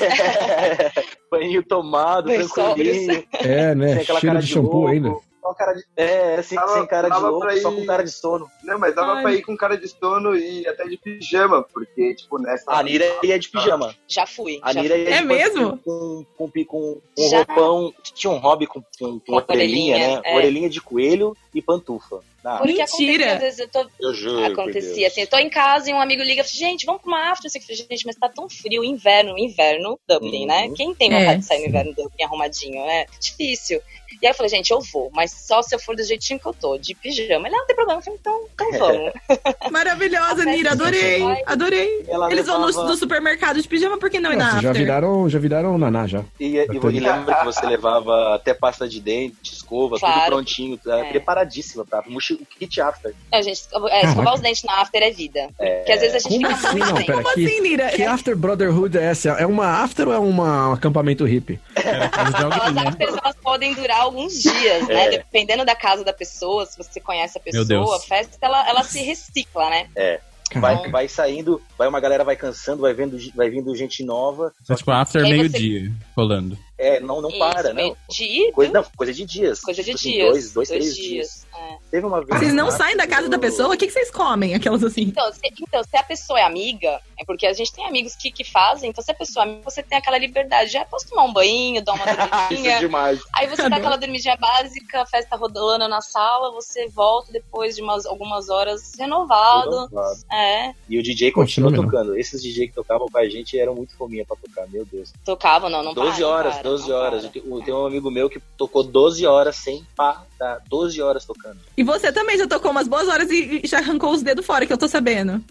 Speaker 5: Banho tomado,
Speaker 4: Bem
Speaker 5: tranquilinho,
Speaker 2: É, né?
Speaker 5: sem aquela
Speaker 2: Cheiro
Speaker 5: cara
Speaker 2: de
Speaker 5: de
Speaker 2: shampoo
Speaker 5: louco.
Speaker 2: ainda.
Speaker 6: um
Speaker 5: Só cara de... É, sem,
Speaker 6: Tava-
Speaker 5: sem cara de
Speaker 6: tava
Speaker 5: louco,
Speaker 6: pra ir-
Speaker 5: só com cara de sono.
Speaker 6: Não, mas dava
Speaker 1: Ai.
Speaker 6: pra ir com cara de sono e até de pijama, porque, tipo, nessa.
Speaker 4: Ah,
Speaker 5: A Nira ia de pijama.
Speaker 4: Já fui.
Speaker 5: A
Speaker 4: já
Speaker 5: Nira
Speaker 4: fui.
Speaker 5: ia
Speaker 1: É
Speaker 5: de
Speaker 1: mesmo?
Speaker 5: Com, com, com, com um
Speaker 4: Já.
Speaker 5: roupão. Tinha um hobby com, com, com
Speaker 4: Com orelhinha,
Speaker 5: orelhinha, né?
Speaker 4: é.
Speaker 5: Orelhinha de coelho e pantufa. Ah,
Speaker 4: Porque
Speaker 1: Mentira!
Speaker 4: acontecia, às vezes eu tô
Speaker 6: Eu juro.
Speaker 4: acontecia. Assim, eu tô em casa e um amigo liga, gente, vamos pra uma after. Eu sei que, gente, mas tá tão frio, inverno, inverno, Dublin,
Speaker 5: Uhum.
Speaker 4: né? Quem tem
Speaker 1: É.
Speaker 4: vontade de sair no inverno, Dublin, arrumadinho, né? Difícil. E aí eu falei, gente, eu vou, mas só se eu for do jeitinho que eu tô, de pijama. Ele, não, não tem problema. Eu falei, então, então vamos.
Speaker 2: É.
Speaker 1: Maravilhosa, Nira. Adorei. Adorei.
Speaker 5: Ela
Speaker 1: Eles vão no,
Speaker 5: levava-
Speaker 1: no supermercado de pijama, por que não ir na
Speaker 2: Nossa, já
Speaker 1: after?
Speaker 2: viraram, já viraram naná já.
Speaker 5: E, e, e lembra que você levava até pasta de dente, escova, tudo
Speaker 4: Claro.
Speaker 5: prontinho, tá?
Speaker 4: É.
Speaker 5: preparadíssima pra mochi- o kit after.
Speaker 6: Uhum.
Speaker 4: Não, gente, escova- é,
Speaker 2: Caraca.
Speaker 4: escovar os dentes na after é vida. Porque às vezes a gente
Speaker 2: Como
Speaker 4: fica
Speaker 2: assim?
Speaker 4: muito
Speaker 2: Não,
Speaker 4: tempo.
Speaker 2: pera,
Speaker 1: Como
Speaker 2: que,
Speaker 1: Tipo, assim, Nira?
Speaker 2: que after brotherhood é essa? É uma after ou é uma- um acampamento hippie?
Speaker 3: Era a casa de alguém,
Speaker 4: Elas,
Speaker 3: né?
Speaker 4: afters, elas podem durar alguns dias, né?
Speaker 5: É.
Speaker 4: Dependendo da casa da pessoa, se você conhece a
Speaker 3: Meu
Speaker 4: pessoa, a
Speaker 3: Deus.
Speaker 4: festa, ela, ela se recicla, né?
Speaker 5: Vai,
Speaker 2: Caraca.
Speaker 5: vai saindo, vai uma galera vai cansando, vai vendo, ge- vai vindo gente nova.
Speaker 3: Só tipo after
Speaker 4: E aí você-
Speaker 3: meio-dia rolando.
Speaker 5: É, não, não para,
Speaker 4: Isso,
Speaker 5: não.
Speaker 4: De ir,
Speaker 5: Coisa, não, coisa de dias.
Speaker 4: Coisa de
Speaker 5: Tipo assim,
Speaker 4: dias.
Speaker 5: dois, dois, três dias.
Speaker 4: é.
Speaker 5: Teve uma vez.
Speaker 1: Vocês não
Speaker 5: na-
Speaker 1: saem da casa da pessoa? O que, que vocês comem? Aquelas assim.
Speaker 4: Então se, então, se a pessoa é amiga, é porque a gente tem amigos que, que fazem, então se a pessoa é amiga, você tem aquela liberdade. Já posso tomar um banho, dar uma
Speaker 6: Isso é
Speaker 4: dormidinha.
Speaker 6: demais.
Speaker 4: Aí você dá aquela dormidinha básica, festa rodando na sala, você volta depois de umas, algumas horas renovado.
Speaker 5: Uhum.
Speaker 4: É,
Speaker 5: E o DJ
Speaker 2: Pô,
Speaker 5: continua
Speaker 2: fenomenal.
Speaker 5: tocando. Esses DJ que tocavam com a gente eram muito fominha pra tocar, meu Deus.
Speaker 4: tocava, não, não
Speaker 5: 12
Speaker 4: para, não
Speaker 5: horas,
Speaker 4: para,
Speaker 5: 12
Speaker 4: não
Speaker 5: horas.
Speaker 4: para.
Speaker 5: Eu tenho- eu tenho um amigo meu que tocou 12 horas sem parar. 12 horas tocando.
Speaker 1: E você também já tocou umas boas horas e e já arrancou os dedos fora, que eu tô sabendo.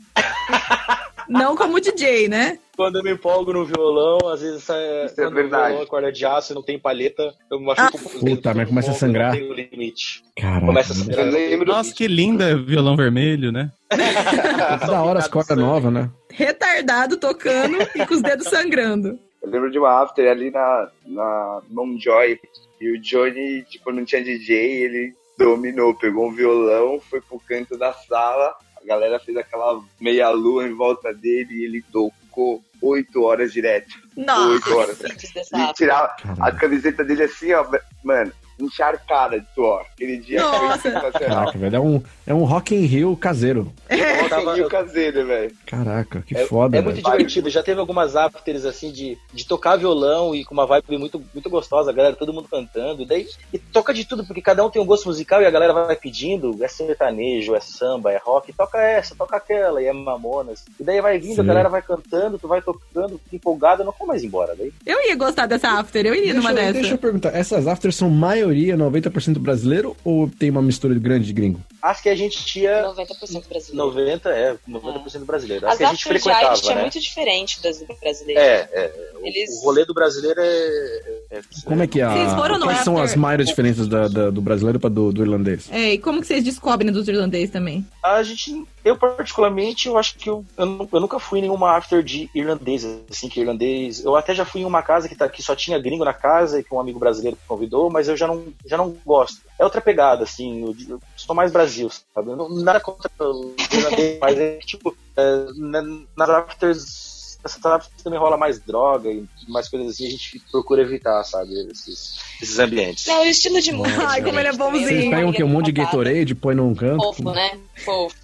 Speaker 1: não como DJ, né?
Speaker 5: Quando eu me empolgo no violão, às vezes sai-
Speaker 6: Isso é
Speaker 5: quando
Speaker 6: verdade.
Speaker 5: o violão é corda de aço e não tem palheta, eu machuco ah,
Speaker 2: puta, mas começa a sangrar.
Speaker 5: Não tem o limite.
Speaker 2: Caraca.
Speaker 5: Começa assim. a
Speaker 6: Eu
Speaker 5: sangrar.
Speaker 6: lembro.
Speaker 3: Nossa, que linda violão vermelho, né?
Speaker 2: Da hora as cordas novas, né?
Speaker 1: Retardado tocando e com os dedos sangrando.
Speaker 6: Eu lembro de uma after ali na, na Mountjoy. E o Johnny, tipo, não tinha DJ, ele dominou, pegou um violão, foi pro canto da sala. A galera fez aquela meia-lua em volta dele e ele tocou oito horas direto.
Speaker 1: Nossa.
Speaker 6: Oito horas.
Speaker 4: Vídeos dessa
Speaker 6: E tirava a
Speaker 2: Caraca,
Speaker 6: camiseta dele assim, ó, mano, encharcada de suor. Aquele dia
Speaker 1: Nossa.
Speaker 6: foi sensacional.
Speaker 2: Caraca, velho. É um, é um Rock in Rio caseiro.
Speaker 6: Nossa,
Speaker 5: eu tava,
Speaker 6: Rio caseiro, né, velho.
Speaker 2: Caraca, que
Speaker 5: É-
Speaker 2: foda,
Speaker 5: É
Speaker 2: velho.
Speaker 5: muito divertido, já teve algumas afters assim de, de tocar violão e com uma vibe muito, muito gostosa, a galera, todo mundo cantando. E daí e toca de tudo, porque cada um tem um gosto musical e a galera vai pedindo, é sertanejo, é samba, é rock, toca essa, toca aquela, e é mamonas. E daí vai vindo, a
Speaker 2: Sim.
Speaker 5: galera vai cantando, tu vai tocando, fica empolgado, não vai mais embora. Daí
Speaker 1: Eu ia gostar dessa after, eu iria numa
Speaker 2: deixa, eu-
Speaker 1: dessa.
Speaker 2: deixa eu perguntar, essas afters são maioria 90% brasileiro ou tem uma mistura grande de gringo?
Speaker 5: as que a gente tinha
Speaker 4: 90% brasileiro.
Speaker 5: 90, é, 90% brasileiro. As,
Speaker 4: As
Speaker 5: é que a gente
Speaker 4: after de Irish
Speaker 5: frequentava,
Speaker 4: é
Speaker 5: né?
Speaker 4: muito diferente das do brasileiro.
Speaker 5: É, é.
Speaker 4: Eles...
Speaker 5: O rolê do brasileiro é. é-
Speaker 2: Como é que é a...
Speaker 1: Vocês foram no
Speaker 2: Quais são
Speaker 1: after?
Speaker 2: as maiores diferenças da- da- do brasileiro pra do, do irlandês?
Speaker 1: É, e como que vocês descobrem dos irlandês também?
Speaker 5: A gente, eu particularmente, eu acho que eu, eu, nu- eu nunca fui em nenhuma after de irlandês, assim, que irlandês. Eu até já fui em uma casa que, tá, que só tinha gringo na casa e que um amigo brasileiro convidou, mas eu já não, já não gosto. É outra pegada, assim, eu, eu sou mais Brasil, sabe? Eu não- nada contra o irlandês, mas é que, tipo, é, na- nas afters, nessas afters também rola mais droga e mais coisas assim, a gente procura evitar, sabe, esses, esses ambientes.
Speaker 4: Não, o estilo de música.
Speaker 1: Ai, como ele é bonzinho.
Speaker 2: Vocês pegam o quê? Um monte de Gatorade, põe num canto?
Speaker 4: Fofo, né? Fofo.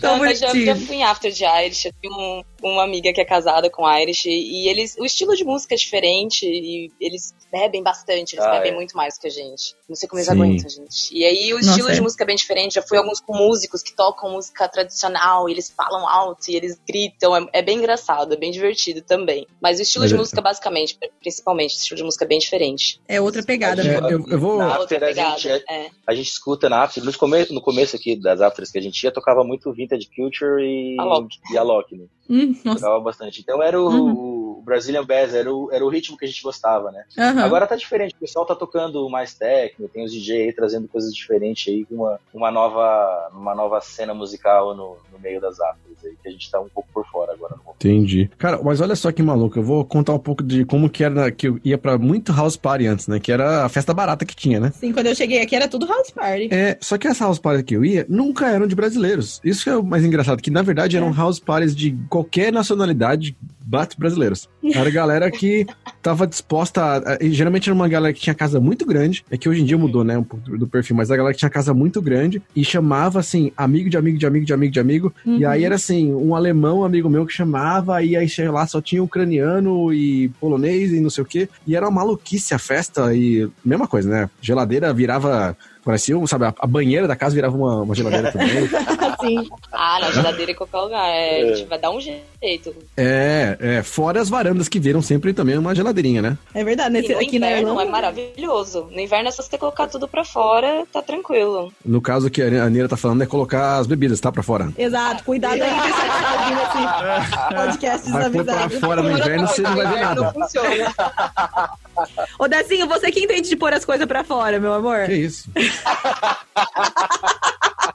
Speaker 1: Tão
Speaker 4: Não, eu já, já
Speaker 1: bonitinho.
Speaker 4: fui em after de Irish. Eu tenho um- uma amiga que é casada com Irish e eles, o estilo de música é diferente e eles bebem bastante, eles
Speaker 5: Ah,
Speaker 4: bebem
Speaker 5: é.
Speaker 4: muito mais que a gente. Não sei como eles
Speaker 2: Sim.
Speaker 4: aguentam, gente. E aí o
Speaker 1: Nossa,
Speaker 4: estilo
Speaker 1: é.
Speaker 4: de música é bem diferente. Já fui alguns com músicos que tocam música tradicional, e eles falam alto e eles gritam. É, é bem engraçado, é bem divertido também. Mas o estilo
Speaker 2: Mas
Speaker 4: de
Speaker 2: é-
Speaker 4: música, basicamente, principalmente, o estilo de música é bem diferente.
Speaker 1: É outra pegada,
Speaker 5: É,
Speaker 1: né?
Speaker 2: eu, eu vou...
Speaker 5: Na
Speaker 4: É outra
Speaker 5: after a gente
Speaker 4: pegada, é.
Speaker 5: a gente escuta na after, nos come- no começo aqui das afters que a gente ia, tocava muito Vintage Culture e
Speaker 4: Alok.
Speaker 5: e Alok, né?
Speaker 1: Hum, nossa.
Speaker 5: Tocava bastante. Então era o,
Speaker 4: Uhum.
Speaker 5: o Brazilian Bass, era o, era o ritmo que a gente gostava, né?
Speaker 1: Aham.
Speaker 5: Agora tá diferente, o pessoal tá tocando mais técnico, tem os DJ aí trazendo coisas diferentes aí, com uma, uma, nova, uma nova cena musical no, no meio das afters aí, que a gente tá um pouco por fora agora. no momento.
Speaker 2: Entendi. Cara, mas olha só que maluco, eu vou contar um pouco de como que era, que eu ia pra muito house party antes, né? Que era a festa barata que tinha, né?
Speaker 1: Sim, quando eu cheguei aqui era tudo house party.
Speaker 2: É, só que as house parties que eu ia nunca eram de brasileiros. Isso que é o mais engraçado, que na verdade eram house parties de qualquer nacionalidade, bate brasileiros. Era galera que tava disposta a, a- e geralmente era uma galera que tinha casa muito grande, é que hoje em dia mudou, né, um pouco do- do perfil, mas a galera que tinha casa muito grande e chamava assim, amigo de amigo de amigo de amigo de amigo, e aí era assim, um alemão amigo meu que chamava, e aí chega lá só tinha ucraniano e polonês e não sei o quê. E era uma maluquice a festa e mesma coisa, né? Geladeira virava, parecia, um, sabe, a, a banheira da casa virava uma, uma geladeira também.
Speaker 1: assim.
Speaker 4: Ah, na geladeira em qualquer lugar. é,
Speaker 5: É.
Speaker 4: A gente vai dar um jeito.
Speaker 2: é, é, fora as varandas que viram sempre também uma geladeirinha, né?
Speaker 1: É verdade,
Speaker 4: E
Speaker 1: nesse,
Speaker 4: no
Speaker 1: aqui na
Speaker 4: inverno é
Speaker 1: Irlanda. né?
Speaker 4: maravilhoso. No inverno é só você colocar tudo pra fora, tá tranquilo.
Speaker 2: No caso que a Neira tá falando é colocar as bebidas, tá? Pra fora.
Speaker 1: Exato, cuidado aí com essa assim. que tá ouvindo esse podcast
Speaker 2: Vai pôr pra
Speaker 1: desavisado.
Speaker 2: fora no inverno, você não vai ver nada.
Speaker 4: Não funciona.
Speaker 1: Ô, Dezinho, você que entende de pôr as coisas pra fora, meu amor?
Speaker 2: Que isso?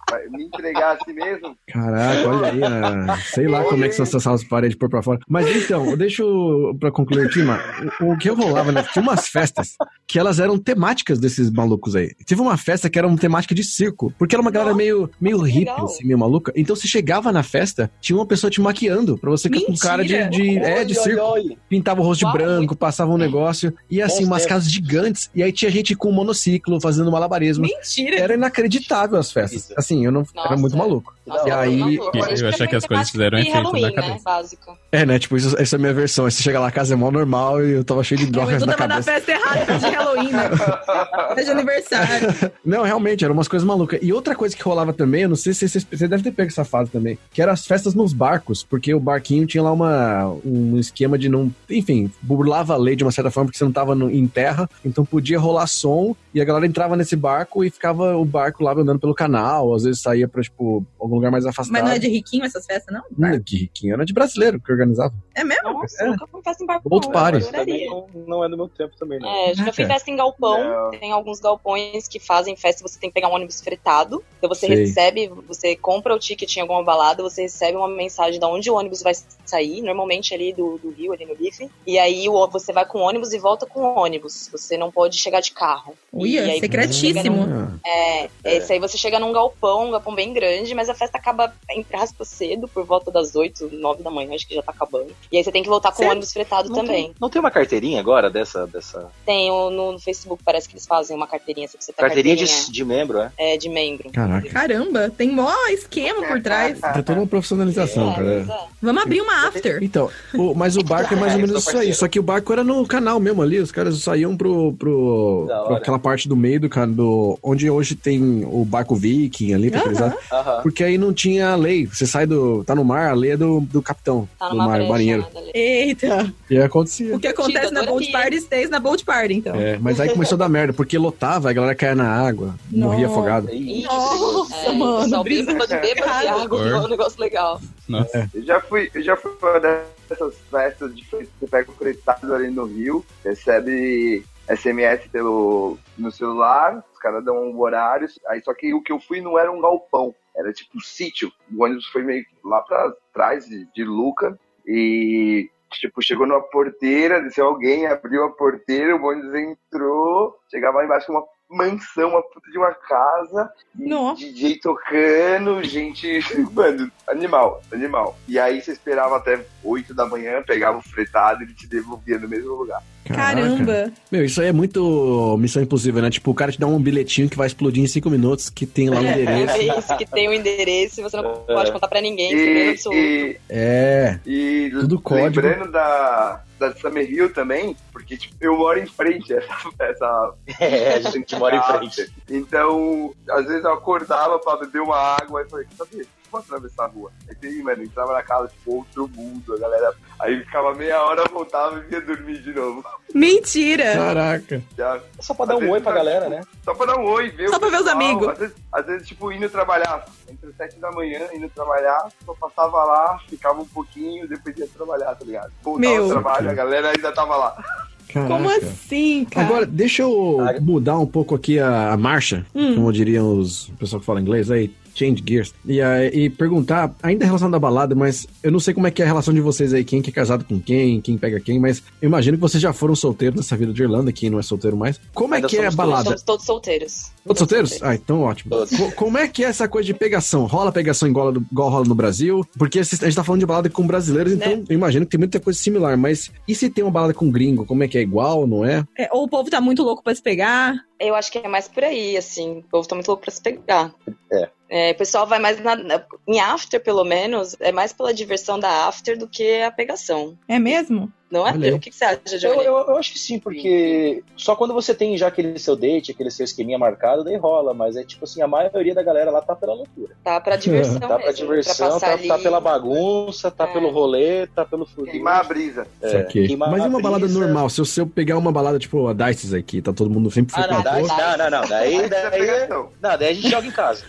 Speaker 6: Vai Me entregar assim mesmo?
Speaker 2: Caraca, olha aí, a- sei lá como é que são essas salas de parede por pra fora. Mas então, deixa eu, pra concluir aqui, mano, o, o que eu rolava, né? Tinha umas festas que elas eram temáticas desses malucos aí. Teve uma festa que era uma temática de circo, porque era uma galera meio, meio
Speaker 4: que
Speaker 2: hippie,
Speaker 4: legal.
Speaker 2: assim, meio maluca. Então você chegava na festa, tinha uma pessoa te maquiando, pra você ficar com cara de, de, é, de
Speaker 5: Oi, oi,
Speaker 2: circo
Speaker 5: oi.
Speaker 2: pintava o rosto
Speaker 4: Uau,
Speaker 2: de branco, passava um negócio, e assim,
Speaker 5: Bons
Speaker 2: umas
Speaker 5: tempos.
Speaker 2: casas gigantes, e aí tinha gente com monociclo, fazendo malabarismo.
Speaker 1: Mentira!
Speaker 2: Era inacreditável as festas.
Speaker 5: Isso.
Speaker 2: Assim, eu não era
Speaker 4: Nossa. é.
Speaker 2: muito maluco.
Speaker 4: Nossa,
Speaker 2: E aí-
Speaker 4: por favor.
Speaker 3: Eu
Speaker 4: Acho
Speaker 3: achei
Speaker 4: também
Speaker 3: que as
Speaker 4: tem
Speaker 3: coisas fizeram
Speaker 4: temática
Speaker 3: efeito na
Speaker 4: de Halloween,
Speaker 3: cabeça.
Speaker 4: Né? Básico.
Speaker 2: É, né? Tipo, isso, essa é a minha versão. Aí você chega lá, a casa é mó normal e eu tava cheio de
Speaker 1: Eu
Speaker 2: drogas
Speaker 1: tô
Speaker 2: na
Speaker 1: tava na
Speaker 2: cabeça.
Speaker 1: festa errada festa de Halloween, né? Festa de aniversário.
Speaker 2: Não, realmente, eram umas coisas malucas. E outra coisa que rolava também, eu não sei se vocês- você deve ter pego essa fase também, que eram as festas nos barcos, porque o barquinho tinha lá uma, um esquema de não. Enfim, burlava a lei de uma certa forma, porque você não tava no- em terra, então podia rolar som e a galera entrava nesse barco e ficava o barco lá andando pelo canal, às vezes saía pra, tipo, algum lugar mais afastado.
Speaker 1: Mas não é de riquinho essas festas, não?
Speaker 2: Hum, que riquinho, era de brasileiro que organizava.
Speaker 1: É mesmo?
Speaker 4: Nossa,
Speaker 2: É.
Speaker 4: nunca fui em festa em barco.
Speaker 2: Outro
Speaker 4: não,
Speaker 2: party.
Speaker 4: eu
Speaker 5: Mas também
Speaker 4: adoraria.
Speaker 5: não, não é do meu tempo também, não.
Speaker 4: É, já fui em
Speaker 2: Caraca.
Speaker 4: festa em galpão.
Speaker 6: Não.
Speaker 4: Tem alguns galpões que fazem festa, você tem que pegar um ônibus fretado. Então você
Speaker 2: Sei.
Speaker 4: recebe, você compra o ticket em alguma balada, você recebe uma mensagem de onde o ônibus vai sair, normalmente ali do, do Rio, ali no Bife. E aí o- você vai com o ônibus e volta com o ônibus. Você não pode chegar de carro.
Speaker 1: Uia,
Speaker 4: E aí,
Speaker 1: secretíssimo.
Speaker 2: Ah,
Speaker 4: É, esse aí você chega num galpão, um galpão bem grande, mas a festa festa acaba, entre aspas, cedo, por volta das 8, 9 da manhã, acho que já tá acabando. E aí você tem que voltar com
Speaker 5: Sério?
Speaker 4: o ônibus fretado
Speaker 5: Não
Speaker 4: também.
Speaker 5: Tem, não tem uma carteirinha agora dessa. dessa...
Speaker 4: Tem o- no, no Facebook, parece que eles fazem uma carteirinha, você precisa ter
Speaker 5: Carteirinha,
Speaker 4: carteirinha,
Speaker 5: de, de membro, é?
Speaker 4: é, de membro.
Speaker 2: Caraca.
Speaker 1: Caramba, tem mó esquema por trás.
Speaker 4: Tá.
Speaker 2: Tem toda uma profissionalização,
Speaker 4: É,
Speaker 2: cara.
Speaker 4: mas é.
Speaker 1: Vamos abrir uma after.
Speaker 2: Então, o- mas o barco é mais ou
Speaker 5: É,
Speaker 2: menos
Speaker 5: sou
Speaker 2: isso aí.
Speaker 5: parceiro.
Speaker 2: Só que o barco era no canal mesmo ali. Os caras saíam pro, pro,
Speaker 5: Da
Speaker 2: pro
Speaker 5: hora.
Speaker 2: aquela parte do meio do cara, do, onde hoje tem o barco viking ali, pra aqueles
Speaker 1: Aham.
Speaker 2: lados,
Speaker 5: Aham.
Speaker 2: porque aí não tinha lei. Você sai do. tá no mar, a lei é do, do capitão,
Speaker 4: Tá
Speaker 2: do
Speaker 4: numa
Speaker 2: mar,
Speaker 4: brecha,
Speaker 2: marinheiro.
Speaker 4: né, dali.
Speaker 1: Eita,
Speaker 2: E aí acontecia.
Speaker 1: o que acontece na
Speaker 4: Agora
Speaker 1: Bold
Speaker 4: que-
Speaker 1: Party stays na Bold Party, então.
Speaker 2: É, mas aí começou a dar merda, porque lotava, a galera caia na água, morria
Speaker 1: Não.
Speaker 2: afogado.
Speaker 5: Ih,
Speaker 1: Nossa,
Speaker 4: É,
Speaker 1: mano,
Speaker 4: Só
Speaker 1: brisa
Speaker 4: bêbado, bêbado de
Speaker 1: cara.
Speaker 4: água, é um negócio legal.
Speaker 3: Nossa.
Speaker 6: Eu já fui, eu já fui pra uma dessas festas de que você pega o fretado ali no Rio, recebe SMS pelo, no celular, os caras dão um horário, aí só que o que eu fui não era um galpão, era tipo um sítio. O ônibus foi meio lá pra trás de, de Luca e tipo, chegou numa porteira, desceu alguém, abriu a porteira, o ônibus entrou, chegava lá embaixo uma mansão, uma puta de uma casa, e
Speaker 1: Nossa.
Speaker 6: DJ tocando, gente, mano, animal, animal. E aí você esperava até 8 da manhã, pegava o fretado e ele te devolvia no mesmo lugar.
Speaker 2: Caraca.
Speaker 1: Caramba.
Speaker 2: Meu, isso aí é muito missão impossível, né? Tipo, o cara te dá um bilhetinho que vai explodir em cinco minutos, que tem lá o endereço.
Speaker 4: É isso que tem o endereço, você não pode contar pra ninguém, segredo
Speaker 6: E,
Speaker 4: absoluto.
Speaker 6: e,
Speaker 2: É.
Speaker 6: E
Speaker 2: Tudo código.
Speaker 6: lembrando da, da Summer Hill também, porque tipo, eu moro em frente a essa, essa
Speaker 5: É, a gente mora em
Speaker 4: Tá.
Speaker 5: frente.
Speaker 6: Então, às vezes eu acordava pra beber uma água e falei, quer saber? Deixa eu atravessar a rua. Aí tem, mano, entrava na casa, tipo, outro mundo, a galera. Aí ficava meia hora, voltava e ia dormir de novo.
Speaker 1: Mentira.
Speaker 2: Caraca.
Speaker 6: Já,
Speaker 5: É só pra dar um oi pra galera, né?
Speaker 6: só pra dar um oi, ver.
Speaker 1: Só
Speaker 6: o
Speaker 1: pra ver os
Speaker 6: pessoal.
Speaker 1: amigos.
Speaker 6: Às vezes, às vezes, tipo, indo trabalhar. Entre sete da manhã, indo trabalhar, só passava lá, ficava um pouquinho, depois ia trabalhar, tá ligado? Voltava
Speaker 1: Meu.
Speaker 6: ao trabalho, a galera ainda tava lá.
Speaker 2: Caraca.
Speaker 1: Como assim, cara?
Speaker 2: Agora, deixa eu
Speaker 5: Cara.
Speaker 2: mudar um pouco aqui a, a marcha,
Speaker 1: Hum.
Speaker 2: como diriam os o pessoal que fala inglês aí, change gears. E, aí- e perguntar, ainda em relação da balada, mas eu não sei como é que é a relação de vocês aí, quem que é casado com quem, quem pega quem, mas eu imagino que vocês já foram solteiros nessa vida de Irlanda, quem não é solteiro mais. Como é
Speaker 5: Ainda
Speaker 2: que é a
Speaker 5: somos
Speaker 2: balada?
Speaker 4: Somos todos solteiros.
Speaker 2: Todos solteiros? Ah, então ótimo.
Speaker 5: Todos.
Speaker 2: Co- Como é que é essa coisa de pegação? Rola pegação igual, a do- igual rola no Brasil? Porque esses- a gente tá falando de balada com brasileiros, então
Speaker 1: Né?
Speaker 2: eu imagino que tem muita coisa similar, mas e se tem uma balada com gringo? Como é que é igual, não é?
Speaker 1: É, ou o povo tá muito louco pra se pegar.
Speaker 4: Eu acho que é mais por aí, assim. O povo tá muito louco pra se pegar.
Speaker 5: É.
Speaker 4: É, o pessoal vai mais na, na- Em after, pelo menos, é mais pela diversão da after do que a pegação.
Speaker 1: É mesmo?
Speaker 4: Não é?
Speaker 2: Olha aí.
Speaker 4: O que, que você acha,
Speaker 5: Eu,
Speaker 4: Johnny?
Speaker 5: eu, eu acho que sim, porque só quando você tem já aquele seu date, aquele seu esqueminha marcado, daí rola, mas é tipo assim, a maioria da galera lá tá pela loucura.
Speaker 4: Tá pra diversão
Speaker 5: Tá pra
Speaker 4: mesmo,
Speaker 5: diversão,
Speaker 4: passar
Speaker 5: tá,
Speaker 4: ali.
Speaker 5: tá pela bagunça, tá
Speaker 4: É.
Speaker 5: pelo rolê, tá pelo furdunço.
Speaker 6: Queimar a brisa.
Speaker 5: É,
Speaker 2: Saquei.
Speaker 5: queimar
Speaker 2: Mas e
Speaker 5: a
Speaker 2: uma balada
Speaker 5: brisa.
Speaker 2: normal? Se eu, se eu pegar uma balada tipo a Dices aqui, tá todo mundo sempre
Speaker 5: Ah, não, daí,
Speaker 2: frequentador,
Speaker 5: não, não, não. Daí,
Speaker 6: Aí dá
Speaker 5: daí, é-
Speaker 6: pegação.
Speaker 5: não, daí a gente joga em casa.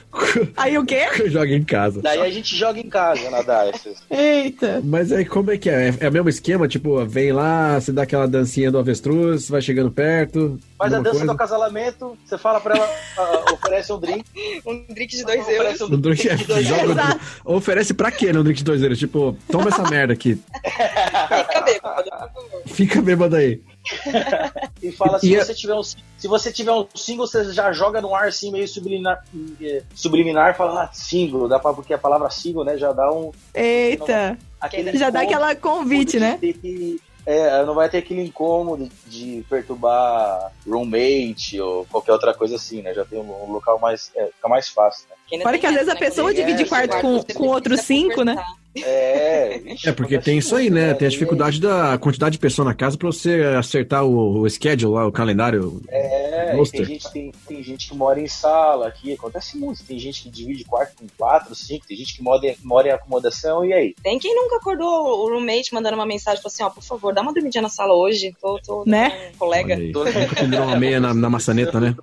Speaker 1: Aí o quê?
Speaker 2: eu jogo em casa.
Speaker 5: Daí a gente joga em casa na DICE.
Speaker 1: Eita.
Speaker 2: Mas aí como é que é? É, é o mesmo esquema? Tipo, vem lá, você dá aquela dancinha do avestruz, vai chegando perto.
Speaker 5: Faz a
Speaker 2: alguma
Speaker 5: dança do
Speaker 2: coisa?
Speaker 5: acasalamento, você fala pra ela, ah, oferece um drink.
Speaker 4: Um drink de dois euros.
Speaker 5: oferece um
Speaker 2: Um drink é, joga,
Speaker 1: Exato.
Speaker 2: Oferece pra quê no drink de dois euros? Tipo, toma essa merda aqui.
Speaker 4: Fica bêbado, por favor.
Speaker 2: Fica bêbado aí.
Speaker 5: e fala se
Speaker 2: E- é-
Speaker 5: você tiver um sing- se você tiver um single você já joga no ar assim meio subliminar eh, subliminar fala ah, single dá para porque a palavra single né já dá um
Speaker 1: Eita.
Speaker 5: aquele
Speaker 1: Já dá
Speaker 5: incômodo
Speaker 1: aquela convite,
Speaker 5: de
Speaker 1: né?
Speaker 5: ter que- é, não vai ter aquele incômodo de perturbar roommate ou qualquer outra coisa assim, né? Já tem um, um local mais. É, fica mais fácil, né?
Speaker 4: Quem não
Speaker 1: Fora
Speaker 4: tem
Speaker 1: que às
Speaker 4: essa,
Speaker 1: vezes a
Speaker 4: né,
Speaker 1: pessoa
Speaker 4: colega?
Speaker 5: divide
Speaker 4: Esse
Speaker 5: quarto
Speaker 4: quarto
Speaker 1: com-
Speaker 4: você
Speaker 1: com outros
Speaker 4: precisa
Speaker 1: cinco, né?
Speaker 4: conversar.
Speaker 5: É, ixi,
Speaker 2: É, porque
Speaker 5: acontece
Speaker 2: tem isso aí, né?
Speaker 5: tudo,
Speaker 2: Tem a dificuldade da quantidade de pessoa na casa pra você acertar o, o schedule lá, o calendário.
Speaker 5: É, e
Speaker 2: Roster.
Speaker 5: tem gente, tem, tem gente que mora em sala aqui, acontece muito. Tem gente que divide quarto com quatro, cinco, tem gente que mora em, mora em acomodação, e aí?
Speaker 4: Tem quem nunca acordou o roommate mandando uma mensagem, falou assim, ó, por favor, dá uma dormidinha na sala hoje. Tô, tô
Speaker 1: Né?
Speaker 4: com um colega.
Speaker 2: Olha aí.
Speaker 5: Tô-
Speaker 2: Nunca pendurou uma meia na, na maçaneta, né?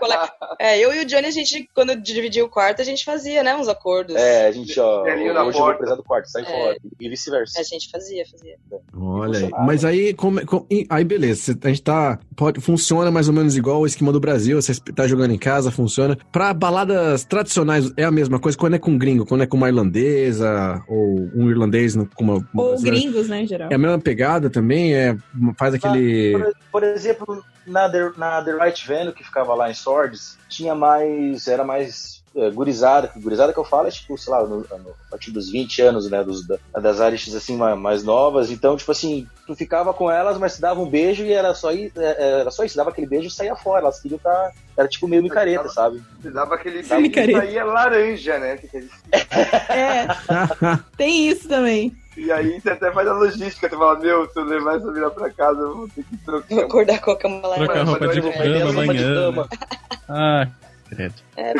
Speaker 4: Colega- É, eu e o Johnny, a gente, quando dividia o quarto, a gente fazia, né, uns acordos.
Speaker 5: É, a gente, ó, hoje
Speaker 6: Velhinho
Speaker 5: eu
Speaker 6: na
Speaker 5: vou
Speaker 6: porta.
Speaker 5: precisar do quarto, sai
Speaker 4: É.
Speaker 5: fora. E vice-versa.
Speaker 4: A gente fazia, fazia.
Speaker 2: Olha aí.
Speaker 5: Funcionava.
Speaker 2: Mas aí, como, é, como- e- aí beleza, cê- a gente tá. Pode, funciona mais ou menos igual o esquema do Brasil, você tá jogando em casa, funciona. Pra baladas tradicionais é a mesma coisa quando é com gringo, quando é com uma irlandesa, ou um irlandês no- com uma. uma
Speaker 1: Ou
Speaker 2: brasileira.
Speaker 1: gringos, né, em geral.
Speaker 2: É a mesma pegada também, é, faz aquele.
Speaker 5: Por, por exemplo, na The, na The Right Venue, que ficava lá em Swords, tinha mais. Era mais é, gurizada, que gurizada que eu falo é tipo, sei lá, no- no- a partir dos 20 anos, né, dos, da- das artistas assim ma- mais, novas, então, tipo assim, tu ficava com elas, mas se dava um beijo e era só, i- é, é, era só isso, dava aquele beijo e saía fora, elas queriam tá, era tipo meio micareta, sabe?
Speaker 6: Você dava aquele
Speaker 1: Sim, careta.
Speaker 6: saía laranja, né? Fica assim.
Speaker 1: É, tem isso também.
Speaker 6: E aí você até faz a logística, tu fala, meu, se eu levar essa mina pra casa, eu vou ter que
Speaker 4: Vou
Speaker 6: trocar.
Speaker 4: acordar com a cama lá.
Speaker 3: Trocar
Speaker 6: Mas-
Speaker 3: roupa
Speaker 6: mas
Speaker 3: de
Speaker 6: eu vou
Speaker 5: Aí
Speaker 3: cama
Speaker 5: dentro, uma de
Speaker 3: amanhã.
Speaker 6: né?
Speaker 5: cama.
Speaker 3: Ah, credo.
Speaker 4: É,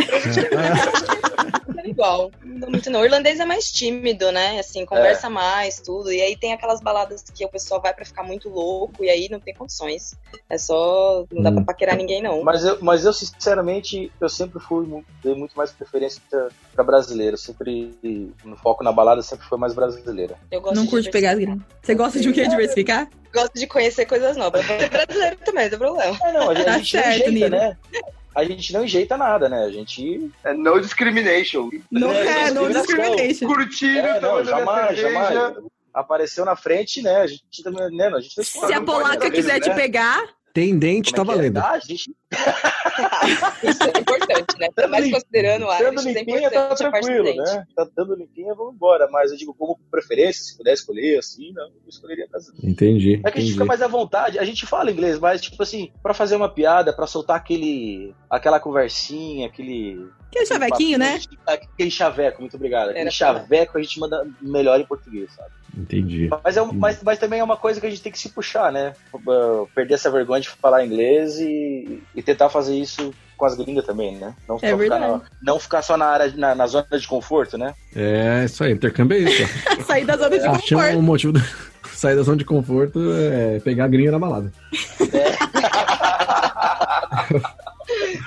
Speaker 4: é igual. Não muito não. O irlandês é mais tímido, né? Assim, conversa
Speaker 1: É.
Speaker 4: mais, tudo. E aí tem aquelas baladas que o pessoal vai pra ficar muito louco e aí não tem condições. É só. Não dá
Speaker 2: Hum.
Speaker 4: pra paquerar ninguém, não.
Speaker 5: Mas eu, mas eu, sinceramente, eu sempre fui, mu- dei muito mais preferência pra- pra brasileiro. Sempre, no foco na balada, sempre foi mais brasileira.
Speaker 4: Eu gosto
Speaker 1: não
Speaker 4: de
Speaker 1: curte pegar as gringas. Você gosta de o quê? Diversificar?
Speaker 4: Gosto de conhecer coisas novas. Você é brasileiro também, não tem problema.
Speaker 5: É, não, a, gente- a
Speaker 1: Tá
Speaker 5: gente
Speaker 1: certo,
Speaker 5: não enjeita,
Speaker 1: Nino.
Speaker 5: né? A gente não enjeita nada, né? A gente.
Speaker 6: É no discrimination.
Speaker 1: Não é,
Speaker 5: é,
Speaker 1: não discrimination.
Speaker 6: Curtindo,
Speaker 5: É,
Speaker 6: tomando
Speaker 5: não,
Speaker 6: minha
Speaker 5: jamais,
Speaker 6: cerveja.
Speaker 5: jamais. Apareceu na frente, né? A gente também. Né? A gente não
Speaker 1: Se a
Speaker 6: não pode
Speaker 1: polaca
Speaker 6: fazer
Speaker 1: quiser
Speaker 6: isso,
Speaker 1: te
Speaker 6: né?
Speaker 1: pegar,
Speaker 2: Tem dente, tá valendo.
Speaker 5: Ah, a gente
Speaker 4: Isso é importante, né?
Speaker 5: Dando
Speaker 4: Mas
Speaker 5: lim-
Speaker 4: considerando o
Speaker 5: dando
Speaker 4: Irish, é
Speaker 5: limpinha, tá
Speaker 4: importante a parte do
Speaker 5: tranquilo,
Speaker 4: dente.
Speaker 5: né? Tá dando limpinha, vamos embora. Mas eu digo, como preferência, se puder escolher, assim, não, eu escolheria brasileiro.
Speaker 2: Entendi.
Speaker 5: É que a gente
Speaker 2: entendi.
Speaker 5: fica mais à vontade, a gente fala inglês, mas tipo assim, pra fazer uma piada, pra soltar aquele aquela conversinha, aquele
Speaker 1: que é chavequinho, né?
Speaker 5: Aquele chaveco, muito obrigado. Aquele
Speaker 4: Era pra lá.
Speaker 5: chaveco a gente manda melhor em português, sabe?
Speaker 2: Entendi.
Speaker 5: Mas, é um- mas, mas também é uma coisa que a gente tem que se puxar, né? Uh, Perder essa vergonha de falar inglês e, e tentar fazer isso com as gringas também, né? Não
Speaker 1: É
Speaker 5: ficar,
Speaker 1: verdade.
Speaker 5: na, não ficar só na área, na, na zona de conforto, né?
Speaker 2: É, isso aí, intercâmbio é isso. ó.
Speaker 1: Sair da zona de
Speaker 2: Achamos
Speaker 1: conforto.
Speaker 2: um motivo do... sair da zona de conforto é pegar a gringa na balada.